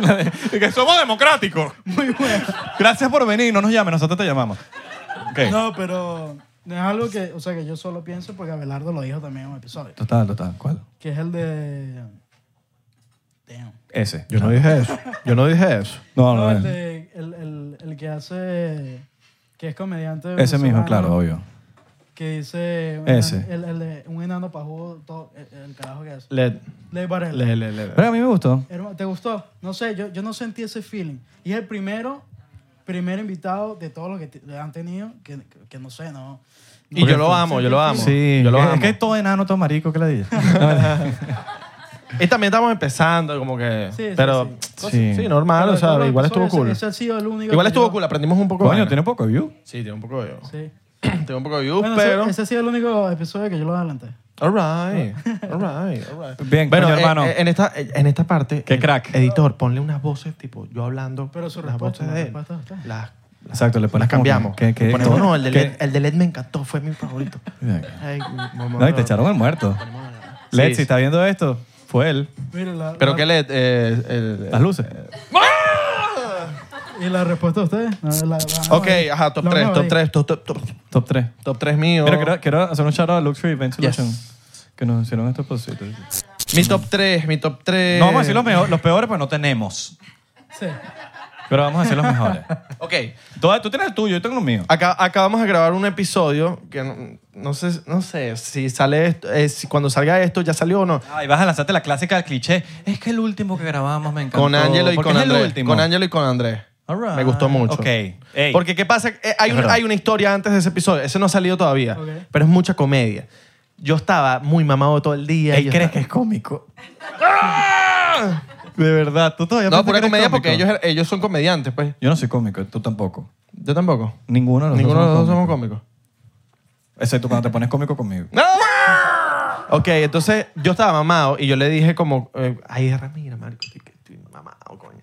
A: La de- que somos democráticos.
E: Muy bueno.
A: Gracias por venir. No nos llames, nosotros te llamamos. Ok.
E: No, pero no es algo que, o sea, que yo solo pienso porque Abelardo lo dijo también en un episodio,
A: Total, total. ¿Cuál?
E: que es el de Damn.
A: Ese.
B: Yo no dije eso. Yo no dije eso.
A: No,
E: No,
A: no,
E: el,
A: no.
E: de, el, el, el que hace que es comediante
A: Ese mismo,
E: venezolano,
A: claro, obvio.
E: Que dice un
A: Ese.
E: enan- El, el de un enano pajudo, todo, el, el carajo que hace.
B: Le,
E: Ley Varela.
B: le, le, le.
A: Pero a mí me gustó.
E: Hermano, ¿Te gustó? No sé, yo, yo no sentí ese feeling. Y es el primero primer invitado de todos los que te- han tenido, que, que no sé, no.
B: Y yo lo amo, yo lo amo.
A: Sí.
B: Yo lo
A: es,
B: amo.
A: es que todo enano, todo marico, que la dije.
B: Y también estamos empezando, como que.
E: Sí, sí,
B: pero.
E: sí.
B: cosas-
A: Sí.
B: Sí, normal, o sea, igual estuvo
E: Ese-
B: cool.
E: ese ha sido el único
B: Igual
E: que
B: estuvo
E: yo-
B: cool, aprendimos un poco de.
A: Coño,
B: vaina.
A: tiene poco view.
B: Sí, tiene un poco de.
E: Sí.
B: Tengo un poco de view,
E: Bueno, ese-
B: pero.
E: ese, ha sido el único episodio que yo lo adelanté.
B: All right, all right, all right.
A: Bien,
B: bueno,
A: coño,
B: eh,
A: hermano.
B: eh, En esta, eh, en esta parte.
A: Qué
B: eh,
A: crack.
B: Editor, ponle unas voces, tipo, yo hablando.
E: Pero su
B: las
E: respuesta,
B: voces
E: la
B: de él.
E: respuesta está.
B: Las,
A: Exacto, le pones
B: las
A: como que-
B: cambiamos.
A: que- que-
B: Le ponemos,
A: todo.
B: no, el de,
A: Que-
B: LED, el de LED me encantó, fue mi favorito. Ay, mamá,
A: No, y te echaron el muerto. Led, si está viendo esto, fue él.
E: Mira, la,
B: Pero
E: la-
B: que LED. eh, el-
A: Las luces.
E: ¿Y la respuesta de ustedes? No, la- la-
B: ok,
E: ahí.
B: ajá, top
E: La
B: 3,
E: vamos
B: top
E: ahí.
B: 3, top, top, top,
A: Top 3.
B: top 3 mío.
A: Pero quiero, quiero hacer un shout out a Luxury Event Solution. Que nos hicieron estos positos.
B: Mi top 3, mi top 3.
A: No vamos a decir los, mejor- los peores, pues no tenemos.
E: Sí.
A: Pero vamos a decir los mejores.
B: Ok,
A: Toda- tú tienes el tuyo, yo tengo el mío.
B: acá, acabamos de grabar un episodio que no, no sé, no sé si sale esto, eh, si cuando salga esto ya salió o no.
A: Ay, vas a lanzarte la clásica del cliché. Es que el último que grabamos me encantó.
B: Con Ángelo y
A: Porque
B: con
A: es el
B: Andrés.
A: último.
B: Con Ángelo y con Andrés.
A: All right.
B: Me gustó mucho.
A: Ok. Ey.
B: Porque ¿qué pasa? Eh, hay,
A: Es
B: un-
A: verdad.
B: hay una historia antes de ese episodio. Ese no ha salido todavía.
E: Ok.
B: Pero es mucha comedia. Yo estaba muy mamado todo el día.
A: Ey,
B: yo
A: ¿crees
B: estaba-
A: que es cómico? ¡Ah! De verdad, tú todavía
B: No,
A: piensas
B: pura
A: que eres
B: comedia
A: cómico?
B: porque ellos, ellos son comediantes, pues.
A: Yo no soy cómico, tú tampoco.
B: Yo tampoco.
A: Ninguno de los
B: Ninguno de
A: dos
B: los
A: somos
B: dos somos
A: cómicos.
B: cómicos.
A: Excepto cuando te pones cómico conmigo.
B: Ok, entonces yo estaba mamado y yo le dije como, eh, ay, Ramiro, Marco, estoy, estoy mamado, coño.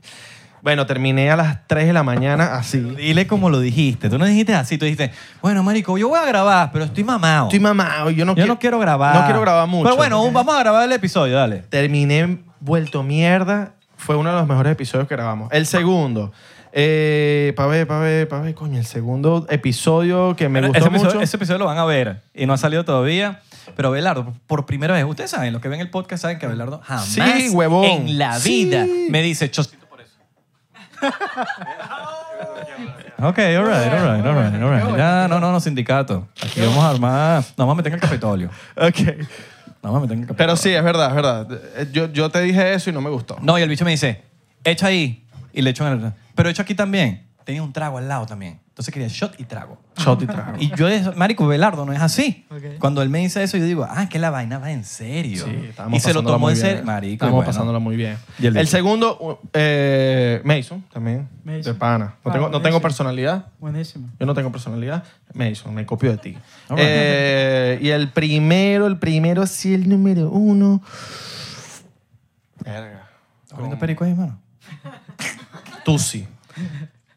B: Bueno, terminé a las 3 de la mañana así.
A: Dile como lo dijiste. Tú no dijiste así. Tú dijiste, bueno, marico, yo voy a grabar, pero estoy mamado.
B: Estoy mamado, yo no,
A: yo
B: qui-
A: no quiero grabar.
B: No quiero grabar mucho.
A: Pero bueno, vamos a grabar el episodio, dale.
B: terminé vuelto mierda. Fue uno de los mejores episodios que grabamos. El segundo. Eh, pa' ver, pa' ver, pa' ver, coño. El segundo episodio que me
A: Pero
B: gustó
A: ese, episodio,
B: mucho.
A: ese episodio lo van a ver y no ha salido todavía. Pero Abelardo, por primera vez, ustedes saben, los que ven el podcast saben que Abelardo jamás
B: Sí, huevón.
A: en la
B: Sí.
A: vida me dice chocito por eso. ok, all right, all right, all right, all right. Ya, no, no, no, sindicato. Aquí vamos a armar. Nos vamos a meter en el Capitolio.
B: Ok.
A: Nos vamos a meter en el Capitolio.
B: Pero sí, es verdad, es verdad. Eh, Yo, yo te dije eso y no me gustó.
A: No, y el bicho me dice, echa ahí. Y le echo en el... Pero echo aquí también. Tenía un trago al lado también. Entonces quería shot y trago.
B: Shot y trago.
A: Y yo, es- marico, Belardo no es así.
E: Ok.
A: Cuando él me dice eso, yo digo, ah, que la vaina va en serio.
B: estábamos
A: y se lo
B: pasándola
A: tomó
B: muy
A: en
B: bien.
A: serio. Marico, y
B: Estábamos
A: bueno.
B: pasándolo muy bien.
A: Y el
B: El,
A: bicho.
B: segundo, uh, eh, Mason también.
E: Mason.
B: De pana. No
E: Ah,
B: tengo, no tengo
E: Mason.
B: personalidad.
E: Buenísimo.
B: Yo no tengo personalidad. Mason, me copio de ti.
A: All right.
B: Eh, y el primero, el primero, sí, el número uno. Verga.
A: ¿Estás comiendo perico ahí, mano?
B: Tusi.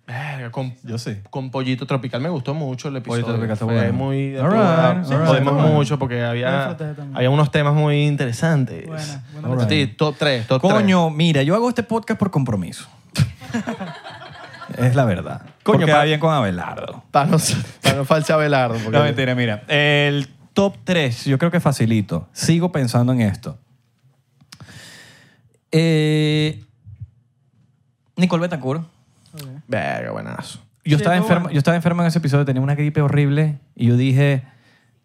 B: Verga, con,
A: Yo sí.
B: con Pollito Tropical me gustó mucho el episodio.
A: Pollito Tropical está
B: Fue
A: bueno.
B: muy... de
A: All right,
B: acuerdo.
A: all right,
B: Jodimos
A: all right.
B: mucho porque había,
E: disfruté también.
B: había unos temas muy interesantes.
E: Buena, buena
B: All right. Sí, top 3, top
A: Coño, mira, yo hago este podcast por compromiso. es la verdad.
B: Coño,
A: Porque
B: pa-
A: va bien con Abelardo.
B: Para no, para no falsa Belardo.
A: No, mentira, mira. El top 3, yo creo que facilito. Sigo pensando en esto. Eh, Nicole Betancourt.
E: Ok.
B: Verga, buenazo.
A: Yo,
E: Sí,
A: estaba
E: muy
A: enferma,
E: bueno.
A: yo estaba enferma en ese episodio, tenía una gripe horrible y yo dije,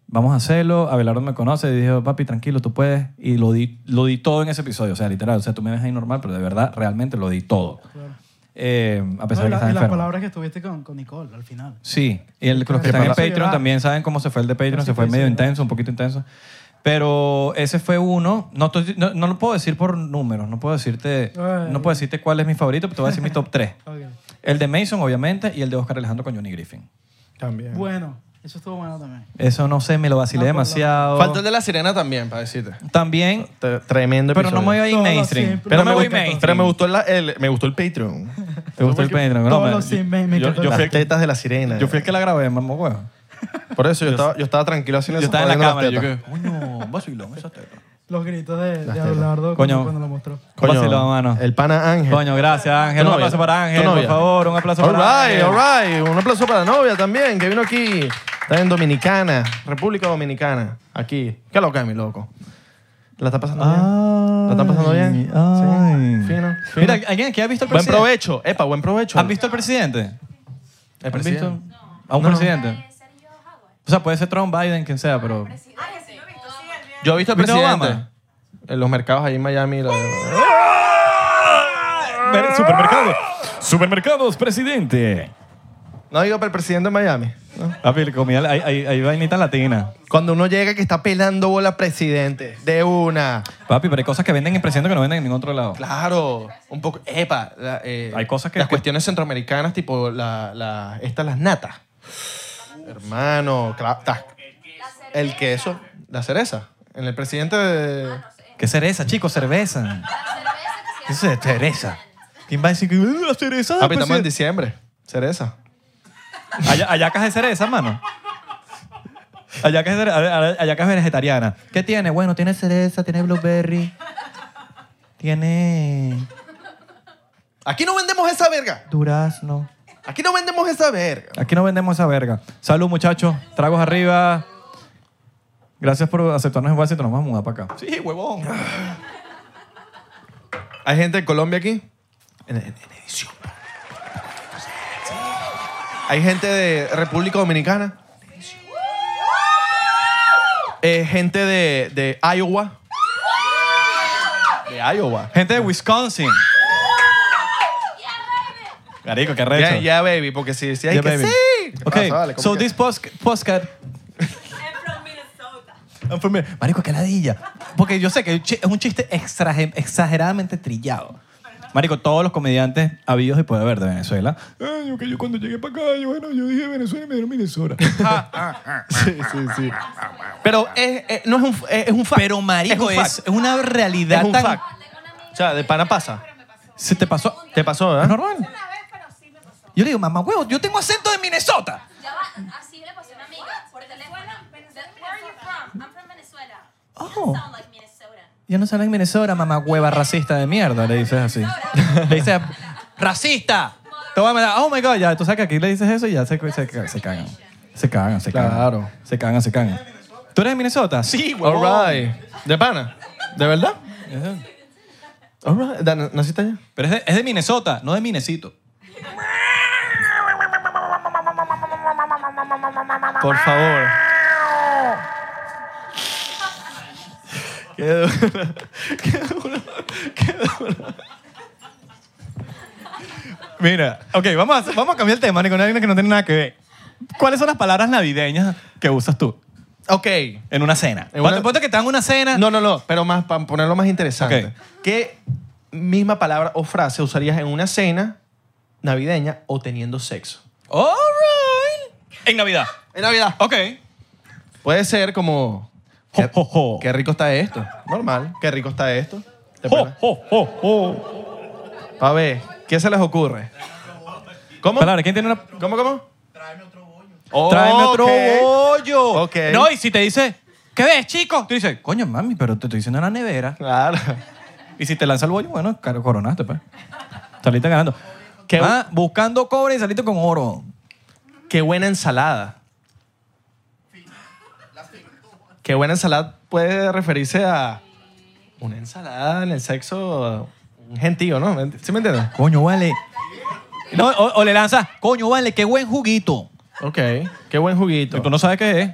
A: vamos a hacerlo. Abelardo me conoce y dijo, papi, tranquilo, tú puedes. Y lo di, lo di todo en ese episodio, o sea, literal. O sea, tú me ves ahí normal, pero de verdad, realmente lo di todo.
E: Claro.
A: Eh, a
E: No, y la-
A: pesar de que estaba
E: y las
A: enferma.
E: palabras que estuviste con, con Nicole al final.
A: Sí, y el, los
E: Qué
A: que están en
E: palabra.
A: Patreon también saben cómo se fue el de Patreon,
E: Casi
A: se fue
E: que
A: medio
E: sí.
A: intenso, un poquito intenso. Pero ese fue uno, no, estoy- no, no lo puedo decir por números, no puedo decirte,
E: Ay.
A: no puedo decirte cuál es mi favorito, pero te voy a decir mi top 3.
E: Ok.
A: El de Mason, obviamente, y el de Oscar Alejandro con Johnny Griffin.
B: También.
E: Bueno, eso estuvo bueno también.
A: Eso no sé, me lo vacilé
E: No, por la-
A: demasiado.
B: Falta el de la sirena también, para decirte.
A: También,
B: T- Tremendo
A: pero
B: episodio.
A: no me voy a ir
E: Todo
A: mainstream.
E: siempre. Pero
A: Pero no me
E: me
A: voy
E: gusta todo.
A: mainstream.
B: Pero me gustó, la- el, me gustó el Patreon.
A: ¿Te gustó el Patreon? No,
E: Todos
A: man,
E: los
A: yo-
E: sí, me- me
A: yo-
E: encantó.
A: yo fui
B: Las
A: el-
B: tetas de la sirena.
A: Yo fui el que la grabé, mamá huevo.
B: Por eso yo, estaba, yo estaba tranquilo haciendo
A: Yo
B: eso,
A: estaba en la cámara
B: jodiendo
A: y yo
B: las
A: que, coño, vacilón esa teta.
E: Los gritos de,
B: Las
E: de
B: tetas.
E: Abelardo
A: Coño.
E: cuando, cuando lo mostró.
B: tetas.
A: Vacilón, mano.
B: El pana Ángel.
A: Coño, gracias Ángel.
B: Tu
A: Un
B: novia.
A: aplauso para Ángel,
B: Tu
A: por
B: novia.
A: favor. Un aplauso
B: All
A: para
B: right,
A: Ángel.
B: all right. Un aplauso para la novia también, que vino aquí. Está en Dominicana, República Dominicana. Aquí. Qué loca, mi loco. ¿La está pasando
A: Ah.
B: bien? ¿La está pasando bien?
A: Ay.
B: Sí. Fino, fino.
A: Mira, ¿alguien aquí ha visto el
B: Buen
A: presidente?
B: provecho. Epa, buen provecho.
A: ¿Han visto al presidente?
B: El
A: ¿Han
B: presidente.
A: visto a un presidente? O sea, puede ser Trump, Biden, quien sea, pero...
B: Yo he visto al
A: ¿Viste a
B: presidente.
A: Obama?
B: En los mercados ahí en Miami. la-
A: Supermercados. Supermercados, presidente.
B: No digo para el presidente de Miami. ¿no?
A: Papi, la comida, hay, hay, hay vainitas latinas.
B: Cuando uno llega que está pelando bola presidente, de una.
A: Papi, pero hay cosas que venden en Presidente que no venden en ningún otro lado.
B: Claro, un poco. Epa, la, eh,
A: Hay cosas que-
B: Las
A: que-
B: cuestiones centroamericanas, tipo la, la, estas, las natas. Hermano, cla- ta- el queso, la cereza. En el presidente de.
A: ¿Qué cereza, chicos? Cerveza. ¿Qué es cereza? ¿Quién va a decir que "Uh, la cereza? del
B: Papi, estamos en
A: presidente"?
B: diciembre. Cereza.
A: Haya- Hallacas de cereza, mano. Hallacas, de cere- halla- hallacas vegetarianas. ¿Qué tiene? Bueno, tiene cereza, tiene blueberry, tiene
B: Aquí no vendemos esa verga.
A: durazno.
B: Aquí no vendemos esa verga.
A: Aquí no vendemos esa verga. Salud, muchachos. Tragos arriba. Gracias por aceptarnos en Washington. Nos vamos a mudar para acá.
B: Sí, huevón. ¿Hay gente de Colombia aquí? En, en- en edición. ¿Hay gente de República Dominicana? Eh, ¿Gente de, de Iowa? De Iowa.
A: Gente de Wisconsin. Carico, qué
B: Ya,
A: recho.
B: ya, baby, porque si, si hay
A: Yeah,
B: que
A: baby.
B: sí. ¿Qué
A: Okay,
B: pasa? Vale, ¿cómo
A: so
B: que-
A: this post postcard. I'm from Minnesota. Marico, qué ladilla. Porque yo sé que es un chi- es un chiste extra- exageradamente trillado. Marico, todos los comediantes habidos y puede haber de Venezuela. "Ay, yo que yo cuando llegué para acá, yo, bueno, yo dije Venezuela y me dieron Minnesota.
B: Sí, sí, sí. Pero es, es- no es un, es, es un fact.
A: Pero marico,
B: un fact.
A: es, una realidad
B: Es un
A: tan-
B: fact. O sea, de pana pasa.
A: Se te pasó.
B: Te pasó, ¿eh?
A: Es
B: ¿verdad?
A: normal. Yo le digo, mamá huevo, yo tengo acento de Minnesota.
F: Ya va, así le pasó a una amiga por teléfono. Where are you from? I'm from Venezuela. You
A: Oh.
F: don't sound like Minnesota.
A: Yo no salgo en Minnesota, mamá hueva racista de mierda, le dices así. Le dices, racista. Toma, oh my god, ya, tú sabes que aquí le dices eso y ya se, se, se, cagan. Se cagan, se cagan.
B: Claro.
A: Se cagan, se cagan. ¿Tú eres de Minnesota? Sí,
B: All right. ¿De pana? ¿De verdad? All right. Da- ¿Naciste allá?
A: Pero es de, es de Minnesota, no de Minecito.
B: Por favor. Qué duro. Qué duro. Qué duro.
A: Mira, ok, vamos a, hacer- vamos a cambiar el tema, Nico, no hay una que no tiene nada que ver. ¿Cuáles son las palabras navideñas que usas tú
B: Ok.
A: en una cena?
B: En una-
A: Ponte- ponte que están en una cena.
B: No, no, no. Pero más, para ponerlo más interesante.
A: Ok.
B: ¿Qué misma palabra o frase usarías en una cena navideña o teniendo sexo?
A: All right. En Navidad.
B: En Navidad.
A: Ok.
B: Puede ser como...
A: Jo, jo, jo.
B: Qué rico está esto. Normal. Qué rico está esto. De
A: Jo,
B: pana.
A: jo, jo, jo.
B: Pa' ver, ¿qué se les ocurre? ¿Cómo?
A: Palabra, ¿quién tiene una...?
B: ¿Cómo, cómo? Oh,
A: Tráeme otro
B: ok.
A: bollo.
B: Ok.
A: No, y si te dice, ¿qué ves, chico? Tú dices, coño, mami, pero te estoy diciendo en la nevera.
B: Claro.
A: Y si te lanza el bollo, bueno, caro, coronaste, pues. Saliste ganando.
B: Qué-
A: Ah, buscando cobre y saliste con oro.
B: Qué buena ensalada. Qué buena ensalada puede referirse a una ensalada en el sexo, un gentío, ¿no? ¿Sí me entiendes?
A: Coño, vale. No, o, o le lanzas, coño, vale, qué buen juguito.
B: Ok, qué buen
A: Y
B: juguito.
A: tú no sabes qué es.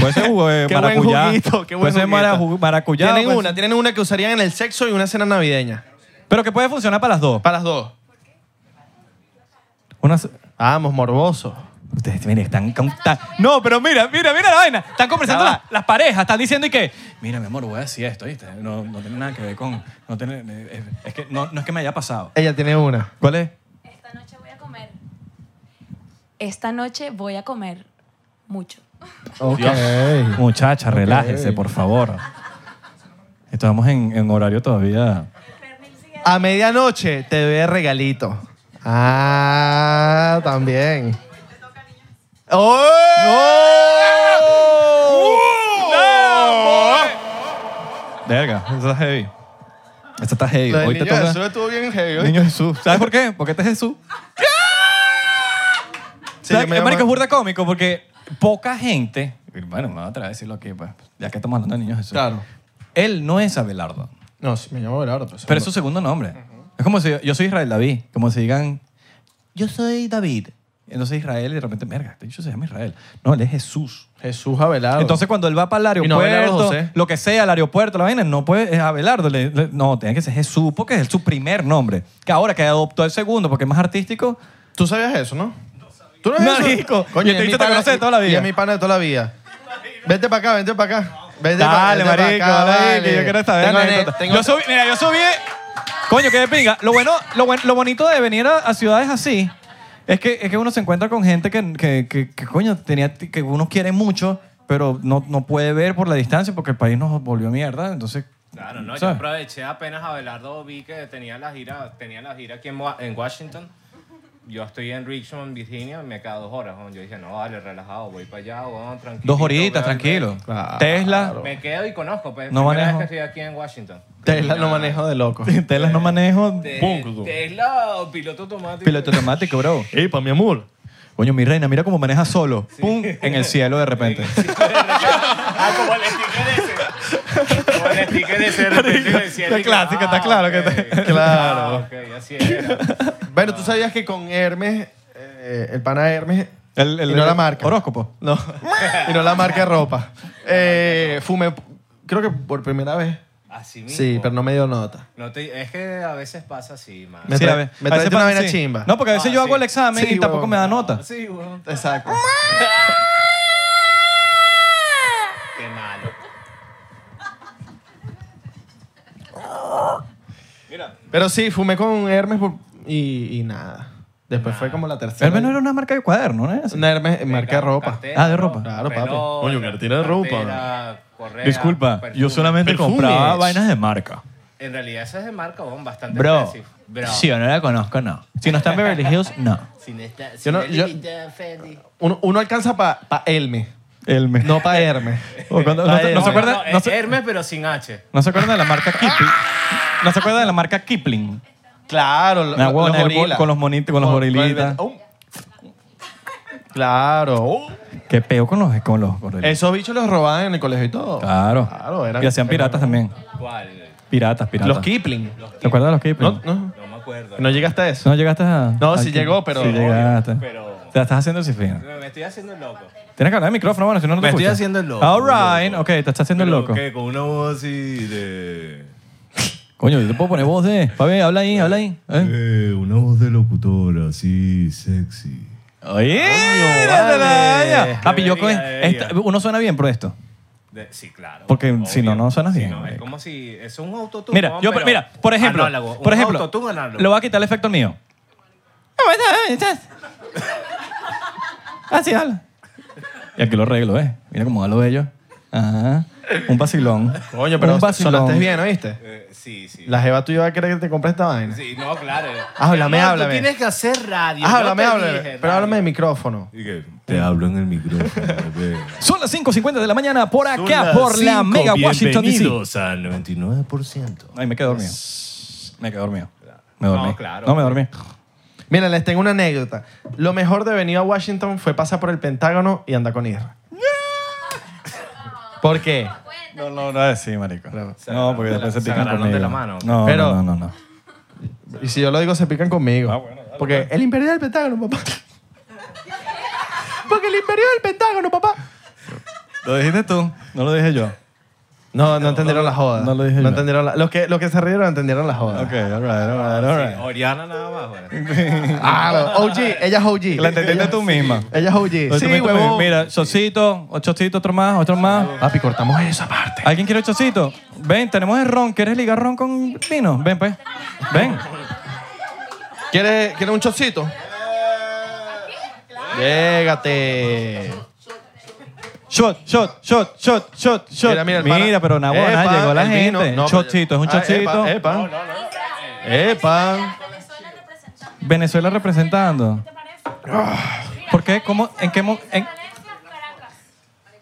A: Puede ser jugo de
B: Qué buen
A: maracuyá.
B: juguito, qué buen
A: puede ser maracu-
B: juguito.
A: maracuyá. pues.
B: Tienen
A: puede
B: una,
A: ser-
B: tienen una que usarían en el sexo y una cena navideña.
A: Pero que puede funcionar para las dos.
B: Para las dos.
A: Unas-
B: Vamos, morboso.
A: Ustedes, mire, están... con- ta- No, pero mira, mira, mira la vaina. Están conversando
B: Ya va.
A: la- las parejas, están diciendo y que... Mira, mi amor, voy a decir esto, ¿viste? No, no tiene nada que ver con... No tiene, eh, es que no, no es que me haya pasado.
B: Ella tiene una.
A: ¿Cuál es?
D: Esta noche voy a comer. Esta noche voy a comer mucho.
B: Ok.
A: Muchacha, relájese, por favor. Estamos en, en horario todavía...
B: A medianoche te doy regalito. Ah, también. ¡Oh! ¡No!
A: Verga, esa está heavy. Esta está heavy.
B: Lo del
A: Hoy te
B: niño
A: toca...
B: Jesús estuvo bien heavy. ¿oíste?
A: Niño Jesús. ¿Sabes por qué? Porque este es Jesús.
B: Sí,
A: ¿Sabes
B: yo
A: qué,
B: me
A: marico,
B: llamo-
A: es burda cómico porque poca gente... Bueno, me voy a atrever a decirlo aquí, pues, ya que estamos hablando de niños Jesús.
B: Claro.
A: Él no es Abelardo,
B: No, sí, me llamo Belardo. Pues,
A: pero es su segundo nombre. Es como si yo, yo soy Israel David, como si digan, yo soy David. Entonces Israel y de repente, merga, este bicho se llama Israel. No, él es Jesús.
B: Jesús Abelardo.
A: Entonces cuando él va para el
B: Y no Abelardo
A: aeropuerto,
B: José.
A: lo que sea, el aeropuerto, la vaina, no puede, es Abelardo. le- le- no, tiene que ser Jesús porque es su primer nombre. Que ahora que adoptó el segundo porque es más artístico,
B: tú sabías eso, ¿no? ¿Tú no has
A: Marico.
B: eso?
A: Y este
B: es mi
A: bicho te
B: pana-
A: conoce de toda la vida.
B: Y es mi pana de toda la vida. Vente para acá, vente para acá. Vente pa-
A: Dale,
B: vente pa'
A: marico,
B: acá,
A: dale, que
B: vale.
A: yo quiero saber
B: Tengo
A: anécdotas.
B: ane- tengo-
A: Yo subí, mira, yo subí. Coño, qué de pinga. Lo bueno, lo, buen- lo bonito de venir a, a ciudades así es que, es que uno se encuentra con gente que, que, que- que, coño, tenía, que uno quiere mucho, pero no, no puede ver por la distancia porque el país nos volvió mierda. Entonces,
G: Claro, no, yo
A: ¿sabes?
G: aproveché apenas Abelardo vi que tenía la gira, tenía la gira aquí en, Wa- en Washington. Yo estoy en Richmond, Virginia, me queda dos horas. weón. Yo dije, no, vale, relajado, voy para allá, weón, tranquilo.
A: dos horitas, tranquilo.
B: Claro.
A: Tesla.
G: Me quedo y conozco, pues.
A: No
G: No primera
A: manejo.
G: vez que estoy aquí en Washington.
B: Tesla no manejo de loco.
A: Tesla no manejo.
G: Te-
A: Boom.
G: Tesla o piloto automático.
A: Piloto automático, bro.
B: Ey, pa' mi amor.
A: Coño, mi reina, mira cómo maneja solo. Pum, en el cielo de repente.
G: ah, como el sticker ese. Como el sticker ese. de repente en el cielo.
A: Está clásico, está
G: Ah,
A: claro que
G: ok.
A: está-
B: claro.
G: Ah, ok, así era.
B: Bueno, tú sabías que con Hermes, eh, el pana Hermes,
A: El, el-
B: y no
A: el
B: la marca.
A: Horóscopo.
B: No, y no la marca de ropa. Eh, fumé, creo que por primera vez.
G: Así mismo.
B: Sí, pero no me dio nota.
G: No te- es que a veces pasa así, man.
B: Me
A: Sí,
B: trae-
A: a ver,
B: me
A: a
B: trae
A: veces
B: una
A: pasa
B: vaina
A: así.
B: chimba.
A: No, porque a veces
G: Ah,
A: yo hago
G: sí.
A: el examen
B: Sí,
A: y tampoco
B: huevón.
A: me da nota.
G: Sí, weón.
B: Exacto.
G: Qué malo. Mira,
B: Pero sí, fumé con Hermes por- y, y nada. Después fue como la tercera.
A: Hermes no era una marca de cuaderno, ¿no?
B: Una Hermes, eh, marca de ropa.
G: cartera,
A: Ah, de Eh, ropa.
B: Claro, papi.
G: reloj,
H: Coño, cartera de ropa.
G: cartera, correa, perfume.
H: Perfumes. compraba
A: vainas de marca.
G: En realidad esa es de marca, weón, bastante
A: Bro,
G: expensive. Bro.
A: si yo no la conozco, no. Si no está en Beverly Hills, no.
G: Sin esta,
B: Yo
G: sin
B: no-
G: el
B: yo-
G: límite, Fendi.
B: Uno, uno alcanza para pa Elme,
A: Elme.
B: no para Hermes.
A: O cuando- no, se- no se acuerdan, no,
G: es
A: se,
G: Hermes, pero sin H.
A: no se acuerdan de la marca Kipling. No se acuerdan de la marca Kipling.
B: Claro, lo-
A: La Ah, huevona,
B: los
A: el
B: gorilas.
A: gor- con los monitos, con los
B: el
A: gorilitas.
B: vet- Oh. Claro. Oh.
A: Qué peo con los con los gorilas.
B: Esos bichos los robaban en el colegio y todo.
A: Claro.
B: Claro, eran-
A: y hacían piratas también.
G: ¿Cuál?
A: Piratas, piratas.
B: Los Kipling.
A: ¿Te acuerdas de los Kipling?
B: No, no,
G: No me acuerdo.
B: no llegaste a eso.
A: No llegaste a.
B: No,
A: a
B: sí
A: Kipling?
B: llegó, pero-
A: Sí llegaste.
G: Pero
A: Te la estás haciendo el cifrino.
G: me estoy haciendo el loco.
A: Tienes que hablar al micrófono, bueno, si no, no te
G: Me estoy
A: escuchas.
G: haciendo el loco,
A: All right. Ok, te estás haciendo el
H: Pero
A: loco.
H: que Con una voz así de...
A: Coño, yo te puedo poner voz de... Fabi, habla ahí, habla ahí. ¿eh?
H: Eh, una voz de locutora, así sexy.
A: Oye,
B: vale.
A: vale. Papi, yo con...
G: Debería, debería.
A: esta- uno suena bien por esto.
G: De- sí, claro.
A: Porque si no, no suenas
G: Si
A: bien,
G: no, es
A: marico.
G: como si es un autotune.
A: Mira,
G: weón,
A: yo,
G: pero
A: mira, por ejemplo,
G: análogo, un
A: por ejemplo,
G: autotune análogo.
A: le voy a quitar el efecto al mío. Así habla. Ah, Y aquí lo arreglo, ¿eh? Mira cómo da lo bello. Ajá. Un vacilón.
B: Coño, pero
A: un vacilón.
B: sonaste bien, ¿oíste?
G: Eh, sí, sí.
B: La jeva tuya va a querer que te compre esta vaina.
G: Sí, no, claro.
B: Háblame,
G: Mi amor,
B: háblame.
G: Tú tienes que hacer radio.
B: Ah,
G: Yo
B: háblame,
G: te
B: háblame.
G: dije,
B: pero
G: radio.
B: háblame de micrófono.
H: Y que te hablo en el micrófono, bebé.
A: Son las 5.50 de la mañana por
H: Son
A: acá,
H: las
A: por la
H: cinco.
A: mega Washington DC.
H: Bienvenidos al 99%.
A: Ay, me quedé dormido. Me quedé dormido. Me
G: No,
A: dormí.
G: claro.
A: No, me dormí.
B: Mira, les tengo una anécdota. Lo mejor de venir a Washington fue pasar por el Pentágono y andar con Isra. ¿Por qué?
A: No, no, no, sí, marico. No, porque después se
G: se
A: pican
G: agarraron de
A: conmigo.
G: la mano.
A: No,
B: Pero-
A: no, no, no.
B: Y si yo lo digo, se pican conmigo.
A: Ah,
B: Porque el imperio del Pentágono, papá. Porque el imperio del Pentágono, papá.
A: Lo dijiste tú, no lo dije yo.
B: No, no entendieron la joda.
A: no lo dije yo.
B: entendieron la- los, que, los que se rieron entendieron la joda.
A: Ah. Ok, all right, all right, all right.
G: Sí, Oriana nada más, güey.
B: Ah, OG, ella es OG.
A: La entendiste tú misma.
B: Ella es OG.
A: Tú
B: Sí,
A: misma,
B: huevón.
A: Mira, chocito, ocho chocitos, otro más, otro más.
B: Papi, cortamos esa parte.
A: ¿Alguien quiere chocito? Ven, tenemos el ron. ¿Quieres ligar ron con vino? Ven, pues. Ven.
B: ¿Quieres, quieres un chocito? Llégate.
A: Shot, shot, shot, shot, shot, shot.
B: Mira, mira, el pana.
A: pero Nabona
B: Epa,
A: llegó la
B: el vino.
A: gente.
B: No, pero-
A: chocito, es un
B: Ah,
A: chocito.
B: epa, epa. Epa.
A: Venezuela representando. ¿Por qué? ¿Cómo? ¿En qué? mo- En...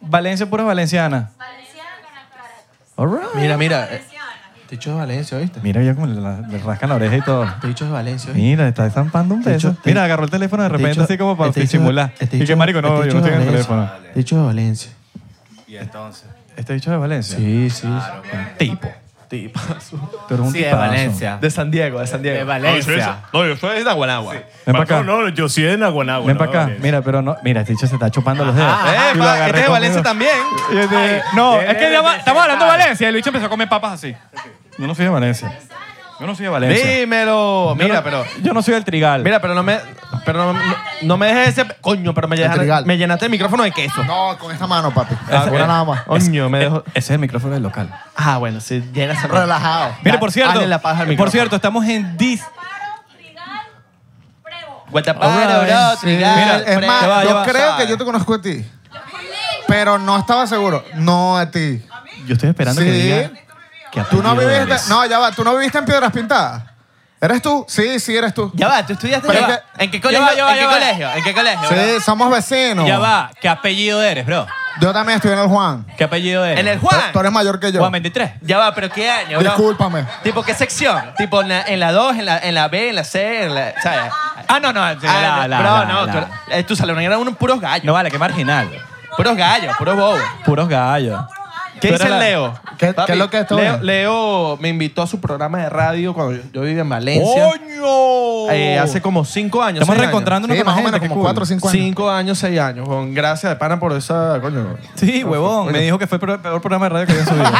A: Valencia, pura valenciana. All right.
B: Mira, mira. eh, Te dicho de Valencia, ¿viste?
A: Mira, ya como le, le rascan la oreja y todo.
B: Te dicho de Valencia, ¿oíste?
A: Mira, está estampando un
B: Te
A: beso.
B: dicho- te-
A: Mira, agarró el teléfono de
B: Te
A: repente,
B: dicho-
A: así como para
B: te dicho-
A: disimular.
B: te
A: Y
B: dicho-
A: que marico, no,
B: te
A: yo
B: dicho
A: no
B: de
A: estoy en el
B: Valencia.
A: teléfono.
B: Te dicho de Valencia.
G: Y entonces.
A: Este bicho de Valencia.
B: Sí, sí.
A: Tipo.
B: Tipazo.
A: Tú eres un
G: Sí, de
A: tipazo.
G: Valencia.
B: eh, De San Diego, de San Diego.
G: De Valencia.
H: Ah, No, yo soy de Naguanagua.
A: Ven pa' acá.
H: No, no, yo soy de Naguanagua.
A: Ven
H: no
A: para acá.
H: Valencia.
A: Mira, pero no. Mira, este bicho se está chupando los dedos. Eh,
B: Ah,
A: Y lo
B: epa,
A: agarré
B: este de
A: conmigo.
B: Valencia también.
A: Y yo dije, No,
G: viene
A: es que ya va-
G: representado.
A: estamos hablando de Valencia. Y el bicho empezó a comer papas así. Yo no soy de Valencia. Yo no soy de Valencia.
B: Dímelo.
A: Yo
B: Mira,
A: no-
B: pero.
A: Yo no soy del Trigal.
B: Mira, pero no me. Pero no, no- no me dejes ese... Coño, pero
I: Este
B: me llenaste,
I: trigal.
B: me llenaste el micrófono de queso.
I: No, con esta mano, papi.
B: Ah,
I: Ahora nada más.
B: Coño, me dejó...
A: Eh, Ese es el micrófono del local.
B: Ah, bueno, sí, llenas
I: Relajado.
A: Mire, por cierto,
B: Dale la paja al
A: por
B: micrófono.
A: cierto, estamos en Dis.
F: Paro, trigal, prevo.
B: What the
A: Alright,
B: bro,
A: sí.
B: trigal,
A: Mira,
I: Es
B: pre-
I: más,
A: ya va, ya
I: yo
A: va,
I: creo
B: sabe.
I: que yo te conozco a ti. Pero no estaba seguro. No a ti.
A: Yo estoy esperando
I: Sí.
A: que diga que
I: Tú no
A: apellido
I: viviste.
A: eres.
I: No, ya va. Tú no viviste en Piedras Pintadas. ¿Eres tú? Sí, sí, eres tú.
B: Ya va, tú estudiaste...
I: Pero
B: ya
I: es
B: va.
I: que-
B: ¿En qué colegio?
A: Ya va, ya va,
B: ¿En qué
A: ya va.
B: colegio? ¿En qué colegio?
I: Sí, somos vecinos.
A: Ya va, ¿qué apellido eres, bro?
I: Yo también estoy en el Juan.
A: ¿Qué apellido eres?
B: ¿En el
I: Tú,
B: Juan?
I: tú eres mayor que yo.
A: Juan 23.
B: Ya va, pero ¿qué año, bro?
I: Discúlpame.
B: ¿Tipo qué sección? ¿Tipo en la, en la 2, en la, en la B, en la C, en la... ¿sabes?
A: Ah, no, no. sí, la,
B: Ah,
A: la,
B: bro,
A: la,
B: no,
A: la.
B: tú eras- eh, tu salón eran unos puros gallos.
A: No vale, qué marginal.
B: Puros gallos, puros bobos.
A: Puros gallos.
B: ¿Qué
A: Tú
B: dice
A: eras la-
B: Leo?
I: ¿Qué- qué es lo que esto
B: Leo,
I: es?
B: Leo me invitó a su programa de radio cuando yo, yo vivía en Valencia.
A: ¡Coño!
B: eh, hace como cinco años.
A: Estamos
B: seis
A: reencontrándonos
I: Sí,
A: con
I: más
A: la
I: o menos
A: gente,
I: como
A: qué cool.
I: cuatro o cinco
B: años.
I: años.
B: Cinco años, seis años. Con gracias de pana por esa. Coño.
A: Sí, huevón. Me dijo que fue el peor- peor programa de radio que había subido.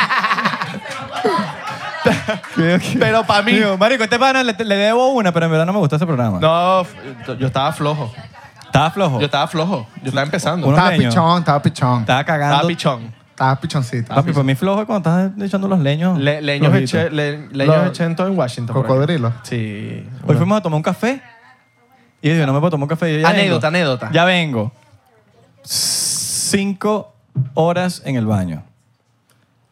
B: Pero para mí.
A: Digo, marico, este pana le, le debo una, pero en verdad no me gustó ese programa.
B: No, f- yo estaba flojo.
A: Estaba flojo.
B: Yo estaba flojo. Yo estaba empezando.
A: Uno-
I: Estaba
A: leños.
I: pichón, estaba pichón.
A: Estaba cagando.
B: Estaba pichón.
I: Estaba pichoncito.
A: Papi, pues mi flojo es cuando estás echando los leños.
B: Le- leños
A: flojitos.
B: eché- le- leños
I: Lo-
B: eché en todo en Washington. por aquí.
I: Cocodrilo.
B: Sí.
A: Hoy fuimos a tomar un café. Y yo digo, no me puedo tomar un café. yo ya
B: Anécdota,
A: vengo.
B: anécdota.
A: Ya vengo. Cinco horas en el baño.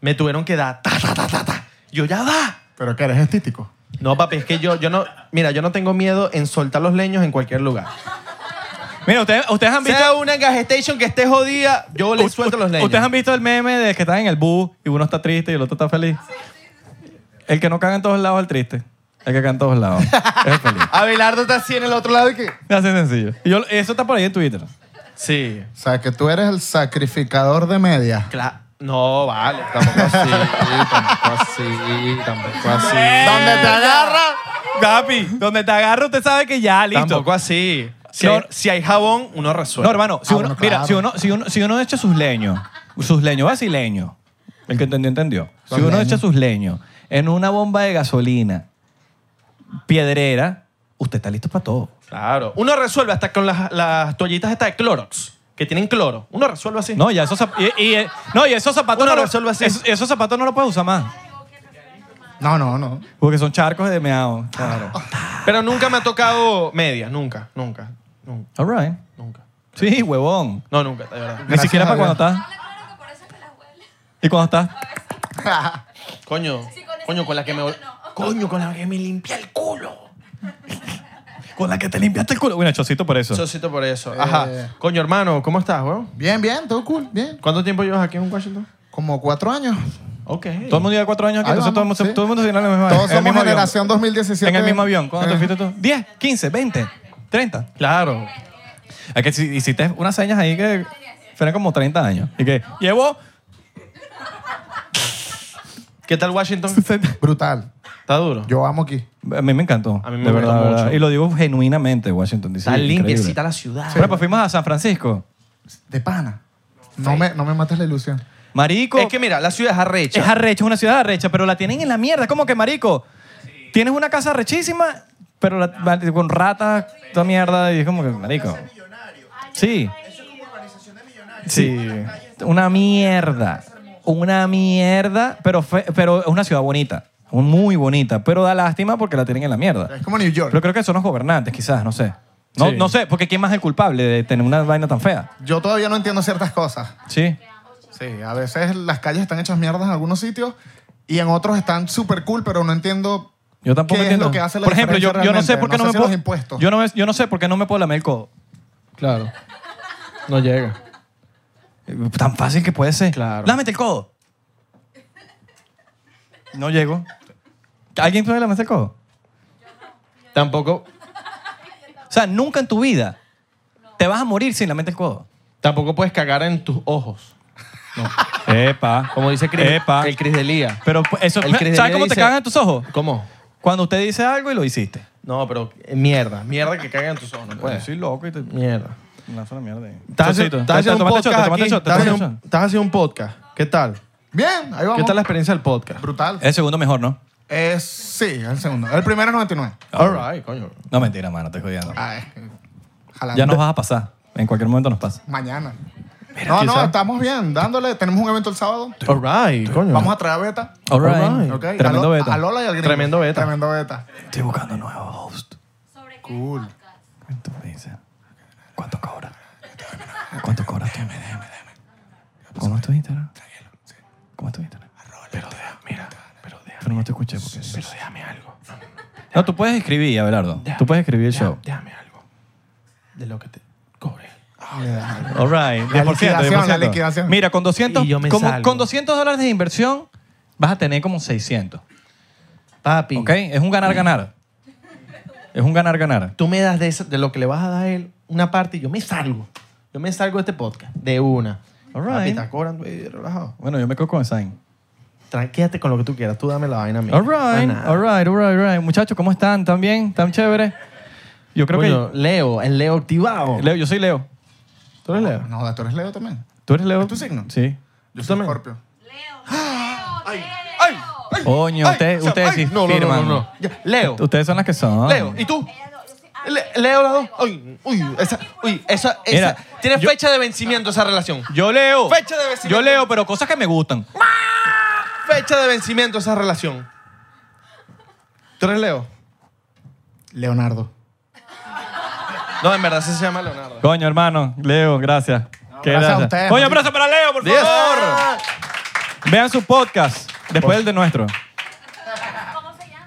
B: Me tuvieron que dar. ta, ta, ta, ta, ta. Yo ya va.
I: Pero que eres estítico.
B: No, papi, es que yo, yo no. Mira, yo no tengo miedo en soltar los leños en cualquier lugar.
A: Mira, ustedes, ustedes han visto.
B: Sea una gas station que esté jodida, yo le
A: U-
B: suelto
A: u-
B: los leños.
A: Ustedes han visto el meme de que están en el bus y uno está triste y el otro está feliz.
I: Ah,
A: El que no caga en todos lados es el triste. El que caga en todos lados es el feliz.
B: Abelardo está así en el otro lado y que.
A: Así de sencillo. Y yo- eso está por ahí en Twitter.
B: Sí.
I: O sea, que tú eres el sacrificador de media.
B: Claro. No, vale. Tampoco así. tampoco así. Tampoco así.
I: Donde te agarra.
A: Papi, donde te agarra usted sabe que ya, listo.
B: Tampoco así. Si,
A: No.
B: hay, si hay jabón, uno resuelve.
A: No, hermano, si
I: Ah,
A: uno,
I: bueno,
A: mira,
I: claro.
A: si uno, si uno, si uno echa sus leños, sus leños brasileños, el que entendió, entendió. Si
I: Los
A: uno
I: leños.
A: echa sus leños en una bomba de gasolina, piedrera, usted está listo para todo.
B: Claro. Uno resuelve hasta con las, las toallitas estas de Clorox, que tienen cloro. Uno resuelve así.
A: No, ya esos, zap- y, y- eh, no, y esos zapatos
B: Uno
A: no, lo-
B: resuelve así.
A: es- esos zapatos no los puedes usar más,
I: No, no, no.
A: porque son charcos de meado. Claro.
B: Pero nunca me ha tocado medias. Nunca, nunca. Nunca,
A: All right.
B: nunca.
A: Sí, huevón.
B: No, nunca, de verdad.
A: Ni
I: Gracias
A: siquiera
I: a
A: para cuando
I: Dios.
A: estás. Y cuando estás.
B: Coño, coño, con la que me. Coño, con la que me limpia el culo.
A: Con la que te limpiaste el culo. Bueno, chocito por eso.
B: Socito por eso. Ajá. Coño, hermano, ¿cómo estás, weón?
I: Bien, bien, todo cool, bien.
B: ¿Cuánto tiempo llevas aquí en Washington?
I: Como cuatro años.
B: Ok.
A: Todo el mundo lleva cuatro años aquí,
I: Ahí
A: entonces todo el
I: vamos,
A: mundo,
I: sí.
A: todo el mundo se viene en el mismo
I: Todos
A: avión, en el
I: somos
A: mismo avión.
I: generación 2017.
A: En el mismo avión. ¿Cuándo te
I: Eh,
A: fuiste tú? 10, 15, 20, 30.
B: Claro.
A: Es que si- hiciste unas señas ahí que fueron como 30 años. Y que llevo...
B: ¿Qué tal Washington?
I: Brutal.
B: Está duro.
I: Yo amo aquí.
A: A mí me encantó.
B: A mí me
A: de
B: gustó
A: verdad, de verdad.
B: mucho.
A: Y lo digo genuinamente, Washington DC.
B: Está
A: increíble.
B: limpiecita la ciudad.
A: Bueno, pues fuimos a San Francisco.
I: De pana. No me, no me mates la ilusión.
A: Marico.
B: Es que mira, la ciudad es arrecha.
A: es arrecha, es una ciudad arrecha, pero la tienen en la mierda. Es como que, marico, tienes una casa arrechísima, pero la- vale, con ratas, toda mierda. Y es como que, marico. Sí. Sí. Una mierda. Una mierda, pero, fe- pero es una ciudad bonita. Muy bonita. Pero da lástima porque la tienen en la mierda.
I: Es como New York.
A: Pero creo que son los gobernantes, quizás, no sé. No,
B: Sí.
A: no sé, porque ¿quién más es el culpable de tener una vaina tan fea?
I: Yo todavía no entiendo ciertas cosas.
A: Sí.
I: Sí, a veces las calles están hechas mierdas en algunos sitios y en otros están súper cool, pero no entiendo
A: Yo tampoco
I: qué
A: entiendo.
I: es lo que hace la
A: por ejemplo, yo,
I: diferencia
A: yo no sé
I: realmente.
A: por qué no,
I: sé
A: me
I: si
A: puedo.
I: los impuestos.
A: Yo no, me- yo no sé por qué no me puedo lamer el codo.
B: Claro. No llega.
A: Eh, Tan fácil que puede ser.
B: Claro.
A: Lámete el codo. No llego. ¿Alguien puede lamerse el codo?
B: Tampoco,
A: O sea, nunca en tu vida te vas a morir sin lamerte el codo.
B: tampoco puedes cagar en tus ojos.
A: Epa.
B: Como dice Chris,
A: Epa.
B: el Cris de Lía.
A: Pero pues, eso,
B: El Cris de
A: ¿sabes
B: Lía
A: cómo te
B: dice-
A: cagan en tus ojos?
B: ¿Cómo?
A: Cuando usted dice algo y lo hiciste.
B: No, pero eh, mierda. Mierda que cagan en tus ojos. No puedes.
A: soy loco y te
B: Mierda.
A: lanzo la mierda. ahí.
B: Estás
A: Chocito.
B: haciendo, estás haciendo un
A: Tomate shot,
B: podcast
A: tomate
B: aquí.
A: shot,
B: Estás
A: tomate
B: haciendo un-
A: shot.
B: estás haciendo un podcast. ¿Qué tal?
I: Bien, ahí vamos.
B: ¿Qué tal la experiencia del podcast?
I: Brutal.
A: El segundo mejor, ¿no?
I: Es, sí, el segundo. El primero es 99.
B: All right, coño.
I: Ah,
A: No, mentira, mano, estoy jodiendo.
I: Ay, jalando.
A: Ya nos vas a pasar. En cualquier momento nos pasa.
I: Mañana. no, no,
B: quizá-
I: estamos bien, dándole. Tenemos un evento el sábado.
B: All right, coño.
I: Vamos a traer a Beta.
A: All right.
B: All right.
I: ok.
A: Tremendo
I: a Lo-
A: beta.
I: A Lola y al gringo.
B: Tremendo beta.
I: Tremendo Beta.
A: Estoy buscando nuevo host.
F: ¿Sobre qué
I: Cool.
F: podcast?
A: ¿Cuánto me dice? ¿Cuánto cobra? ¿Cuánto cobra tú? ¿Cómo es tu Instagram? ¿Cómo es tu Instagram? Pero deja, mira. Pero deja. Pero no te escuché porque. Pero déjame algo. No, tú puedes escribir, Abelardo. Tú puedes escribir el show.
B: Déjame algo de lo que te cobre.
A: All right.
I: La
A: 10%, 10%.
I: liquidación, la liquidación.
A: Mira, con 200,
B: Y yo me
A: como-
B: salgo.
A: con 200 dólares de inversión vas a tener como 600.
B: Papi,
A: ¿Ok? Es un ganar-ganar. Es un ganar-ganar.
B: tú me das de, eso- de lo que le vas a dar a él una parte y yo me salgo. Yo me salgo de este podcast de una.
A: All right.
B: Papi, estás cobrando y relajado.
A: Bueno, yo me quedo con el sign.
B: Tra- Quédate con lo que tú quieras. Tú dame la vaina a mí.
A: All right,
B: Más nada.
A: all right, all right, all right. Muchachos, ¿cómo están? ¿Están bien? ¿Están chéveres? Yo creo
B: Coño, Leo, el Leo activado.
A: que... Leo, yo soy Leo.
B: ¿Tú eres Leo?
I: No, tú eres Leo también.
A: ¿Tú eres Leo?
I: ¿Es tu signo?
A: Sí.
I: Yo soy
B: también.
I: Scorpio.
F: Leo, Leo, Leo.
A: Coño, ustedes, ustedes sí
B: No, no, no,
A: firman.
B: no, no. Ya, Leo,
A: Ustedes son las que son.
B: Leo, ¿y tú?
F: Ella no, yo sí-
B: Le- Leo, las dos. Uy, uy, esa, uy, esa, esa.
A: Mira,
B: Tiene fecha de vencimiento esa relación.
A: Yo leo.
B: Fecha de vencimiento.
A: Yo leo, pero cosas que me gustan.
B: Fecha de vencimiento esa relación. ¿Tú eres Leo?
I: Leonardo.
B: No, en verdad sí se llama Leonardo.
A: Coño, hermano. Leo, gracias. Qué
I: gracias a ustedes,
A: Coño,
I: maldito.
A: abrazo para Leo, por
B: ¡Ah!
A: favor. Vean su podcast después del de nuestro.
F: ¿Cómo se llama?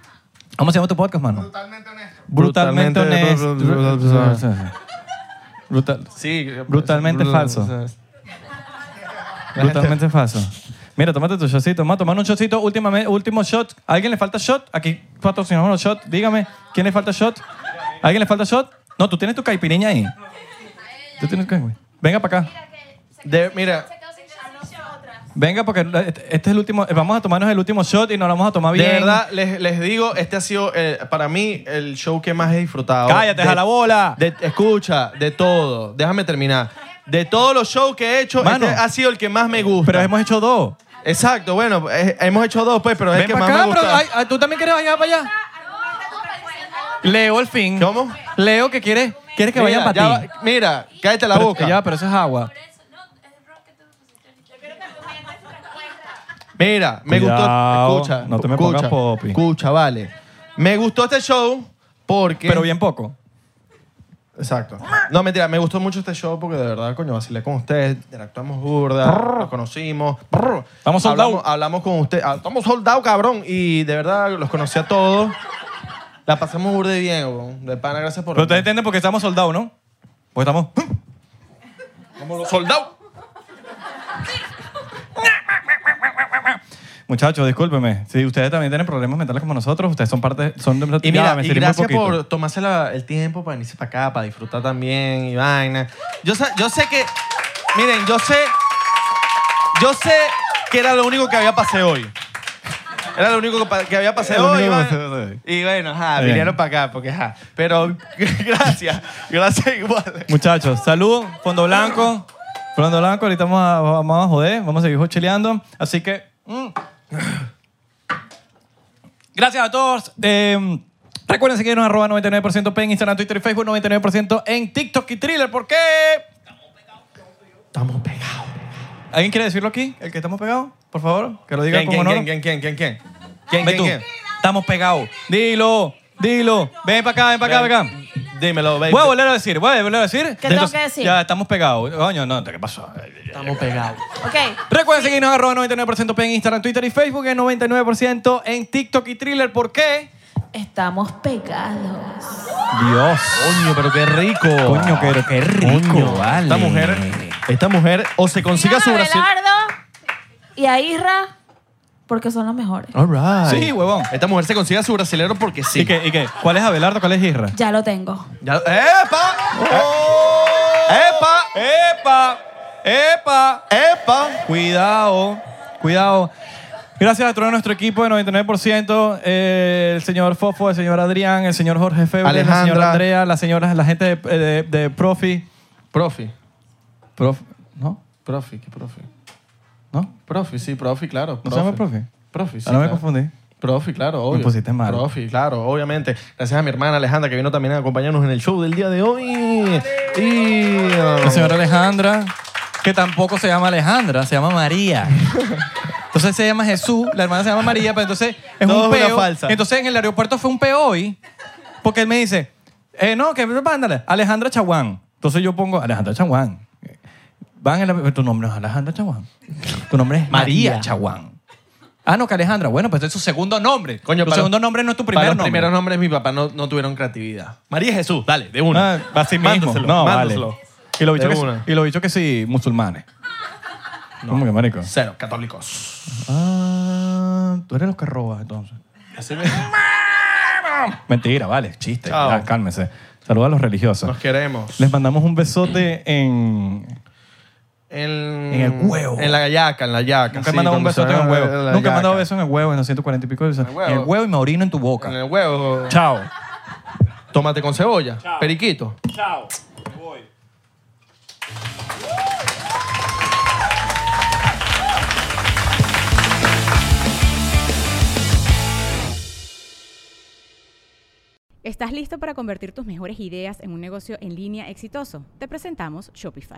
A: ¿Cómo se llama tu podcast, mano?
I: Totalmente honesto.
A: Brutalmente
B: Brutalmente-
A: honesto. Brutal.
B: Sí.
A: Brutalmente
B: brutal-
A: falso. Brutalmente falso. Mira, tómate tu shotcito. Vamos a tomar un shotcito. Última me- último shot. ¿A alguien le falta shot? Aquí patrocinamos los shots. Dígame, ¿quién le falta shot? ¿A alguien le falta shot? No, tú tienes tu caipiriña ahí. Tú tienes que- Venga para acá.
F: Mira que se quedó
B: De-
F: sin-
B: mira,
F: se quedó sin Ah, otras.
A: Venga porque este este es el último. Vamos a tomarnos el último shot y nos lo vamos a tomar
B: de
A: bien.
B: verdad, les, les digo, este ha sido eh, para mí el show que más he disfrutado.
A: Cállate,
B: De-
A: a la bola.
B: de- escucha, de todo. Déjame terminar. De todos los shows que he hecho,
A: Mano.
B: este ha sido el que más me gusta.
A: Pero hemos hecho dos.
B: Exacto, bueno, eh, hemos hecho dos, pues, pero es el
A: Ven
B: que
A: para
B: más
A: acá,
B: me
A: pero
B: gusta.
A: ay, ay, tú también quieres allá para allá. Leo el fin.
B: ¿Cómo?
A: Leo que quiere, quiere que vayan para
B: Mira,
A: ti.
B: ya va- Mira, cállate la
A: Pero-
B: boca.
A: Ya, pero eso es agua.
F: Por eso, no, es el rock que tú pusiste. Yo quiero que tú me des otra cuenta.
B: Mira, me
A: Cuidado,
B: gustó. Escucha,
A: no te me
B: escucha,
A: pongas popi.
B: Escucha, vale. Me gustó este show porque.
A: Pero bien poco.
B: Exacto. No, mentira, me gustó mucho este show porque de verdad, coño, vacilé con ustedes, interactuamos burda, nos conocimos. brr.
A: Estamos sold
B: hablamos,
A: out.
B: hablamos con ustedes. ah, Estamos soldados, cabrón. Y de verdad, los conocí a todos. La pasamos burda y bien, weón. De pana, gracias por.
A: Pero ustedes entienden porque estamos soldados, ¿no? Porque estamos.
B: ¡Soldado!
A: Muchachos, discúlpenme. Si ustedes también tienen problemas mentales como nosotros, ustedes son parte. Son de-
B: Y
A: Ya,
B: mira,
A: me
B: y
A: sirvió un
B: gracias
A: poquito.
B: por tomarse la- el tiempo para venirse para acá, para disfrutar también y vaina. Yo, sa- yo sé que, miren, yo sé, yo sé que era lo único que había pasé hoy. Era lo único que, pa- que había pasé
A: Era lo
B: hoy.
A: único que
B: Iván.
A: pasé hoy.
B: Y bueno, ajá,
A: Bien.
B: vinieron para acá, porque ajá. Pero gracias, gracias igual.
A: Muchachos, salud, fondo blanco. Fondo blanco, ahorita vamos a, vamos a joder, vamos a seguir chileando. Así que. mm. Gracias a todos. Eh, recuerden seguirnos arroba 99% P en Instagram, Twitter y Facebook, 99% en TikTok y Thriller. ¿Por qué?
B: Estamos pegados.
A: ¿Alguien quiere decirlo aquí? ¿El que estamos pegados? Por favor, que lo diga
B: ¿Quién,
A: con
B: quién,
A: honor.
B: quién, quién, quién, quién, quién? ¿Quién,
A: Ve
B: quién,
A: tú.
B: quién?
A: Estamos pegados. Dilo, dilo. Ven para acá, ven para acá, ven acá.
B: Dímelo, baby.
A: Voy a volver a decir, voy a volver a decir.
D: ¿Qué tengo
A: Entonces,
D: que decir?
A: Ya, estamos pegados. Coño, no, ¿qué pasó?
B: Estamos pegados.
D: Ok.
A: Recuerden seguirnos arroba 99% P en Instagram, Twitter y Facebook, en 99% en TikTok y Thriller. ¿Por qué?
D: Estamos pegados.
A: Dios.
B: Coño, pero qué rico.
A: Coño, pero qué rico, vale.
B: Esta mujer, esta mujer o se consiga su
D: Sigan a
B: Brasil.
D: Abelardo y a Isra porque son los mejores.
B: All right.
A: Sí, huevón.
B: Esta mujer se consiga su brasilero porque sí.
A: ¿Y qué? ¿Y qué? ¿Cuál es Abelardo? ¿Cuál es Isra?
D: Ya lo tengo.
B: Ya- ¡Epa! ¡Epa!
A: ¡Epa! ¡Epa!
B: ¡Epa!
A: Cuidado, cuidado. Gracias a todo nuestro equipo de 99%, eh, el señor Fofo, el señor Adrián, el señor Jorge Febre, la señora
B: Alejandra.
A: Andrea, las señoras, la gente de, de- de Profi.
B: Profi.
A: Prof, ¿No?
B: Profi, ¿qué profi?
A: ¿No?
B: Profi, sí, profi, claro.
A: ¿No se llama profi?
B: Profi, sí.
A: Ah, no me
B: claro.
A: confundí.
B: Profi, claro, obvio.
A: pusiste mal.
B: Profi, claro, obviamente. Gracias a mi hermana Alejandra que vino también a acompañarnos en el show del día de hoy. Y
A: La señora Alejandra, que tampoco se llama Alejandra, se llama María. Entonces se llama Jesús, la hermana se llama María, pero entonces es
B: Todo
A: un
B: es una
A: peo.
B: falsa.
A: Entonces en el aeropuerto fue un peo hoy, porque él me dice, eh, no, que mándale, Alejandra Chaguán. Entonces yo pongo Alejandra Chaguán. Van en la- tu nombre no es Alejandra Chaguán. Tu nombre es María,
B: María.
A: Chaguán. Ah, no, que Alejandra. Bueno, pues es su segundo nombre.
B: Coño,
A: tu
B: para-
A: segundo nombre no es tu primer
B: para los
A: nombre.
B: primeros nombres mi papá no, no tuvieron creatividad. María Jesús, dale, de una.
A: Ah, así mismo.
B: Mándaselo,
A: No,
B: mándaselo.
A: vale. Y lo bicho
B: De
A: que,
B: una.
A: y lo bicho que sí, musulmanes. ¿Cómo que marico?
B: Cero, católicos.
A: Ah, tú eres los que robas entonces.
B: Así me-
A: Mentira, vale, chiste.
B: Chao.
A: Ya, cálmese. Saluda a los religiosos.
B: Nos queremos.
A: Les mandamos un besote en.
B: Ah, En,
A: En el huevo.
B: En la gallaca, en la yaca.
A: Nunca he
B: sí,
A: mandado un
B: cuando se
A: besote en el
B: van a
A: huevo.
B: la
A: Nunca he
B: yaca.
A: mandado beso en el huevo en los 140 y pico de besos. En
B: En el huevo.
A: el huevo y me orino en tu boca.
B: En el huevo.
A: Chao.
B: Tómate con cebolla. Periquito.
G: Chao. Me voy.
J: ¿Estás listo para convertir tus mejores ideas en un negocio en línea exitoso? Te presentamos Shopify.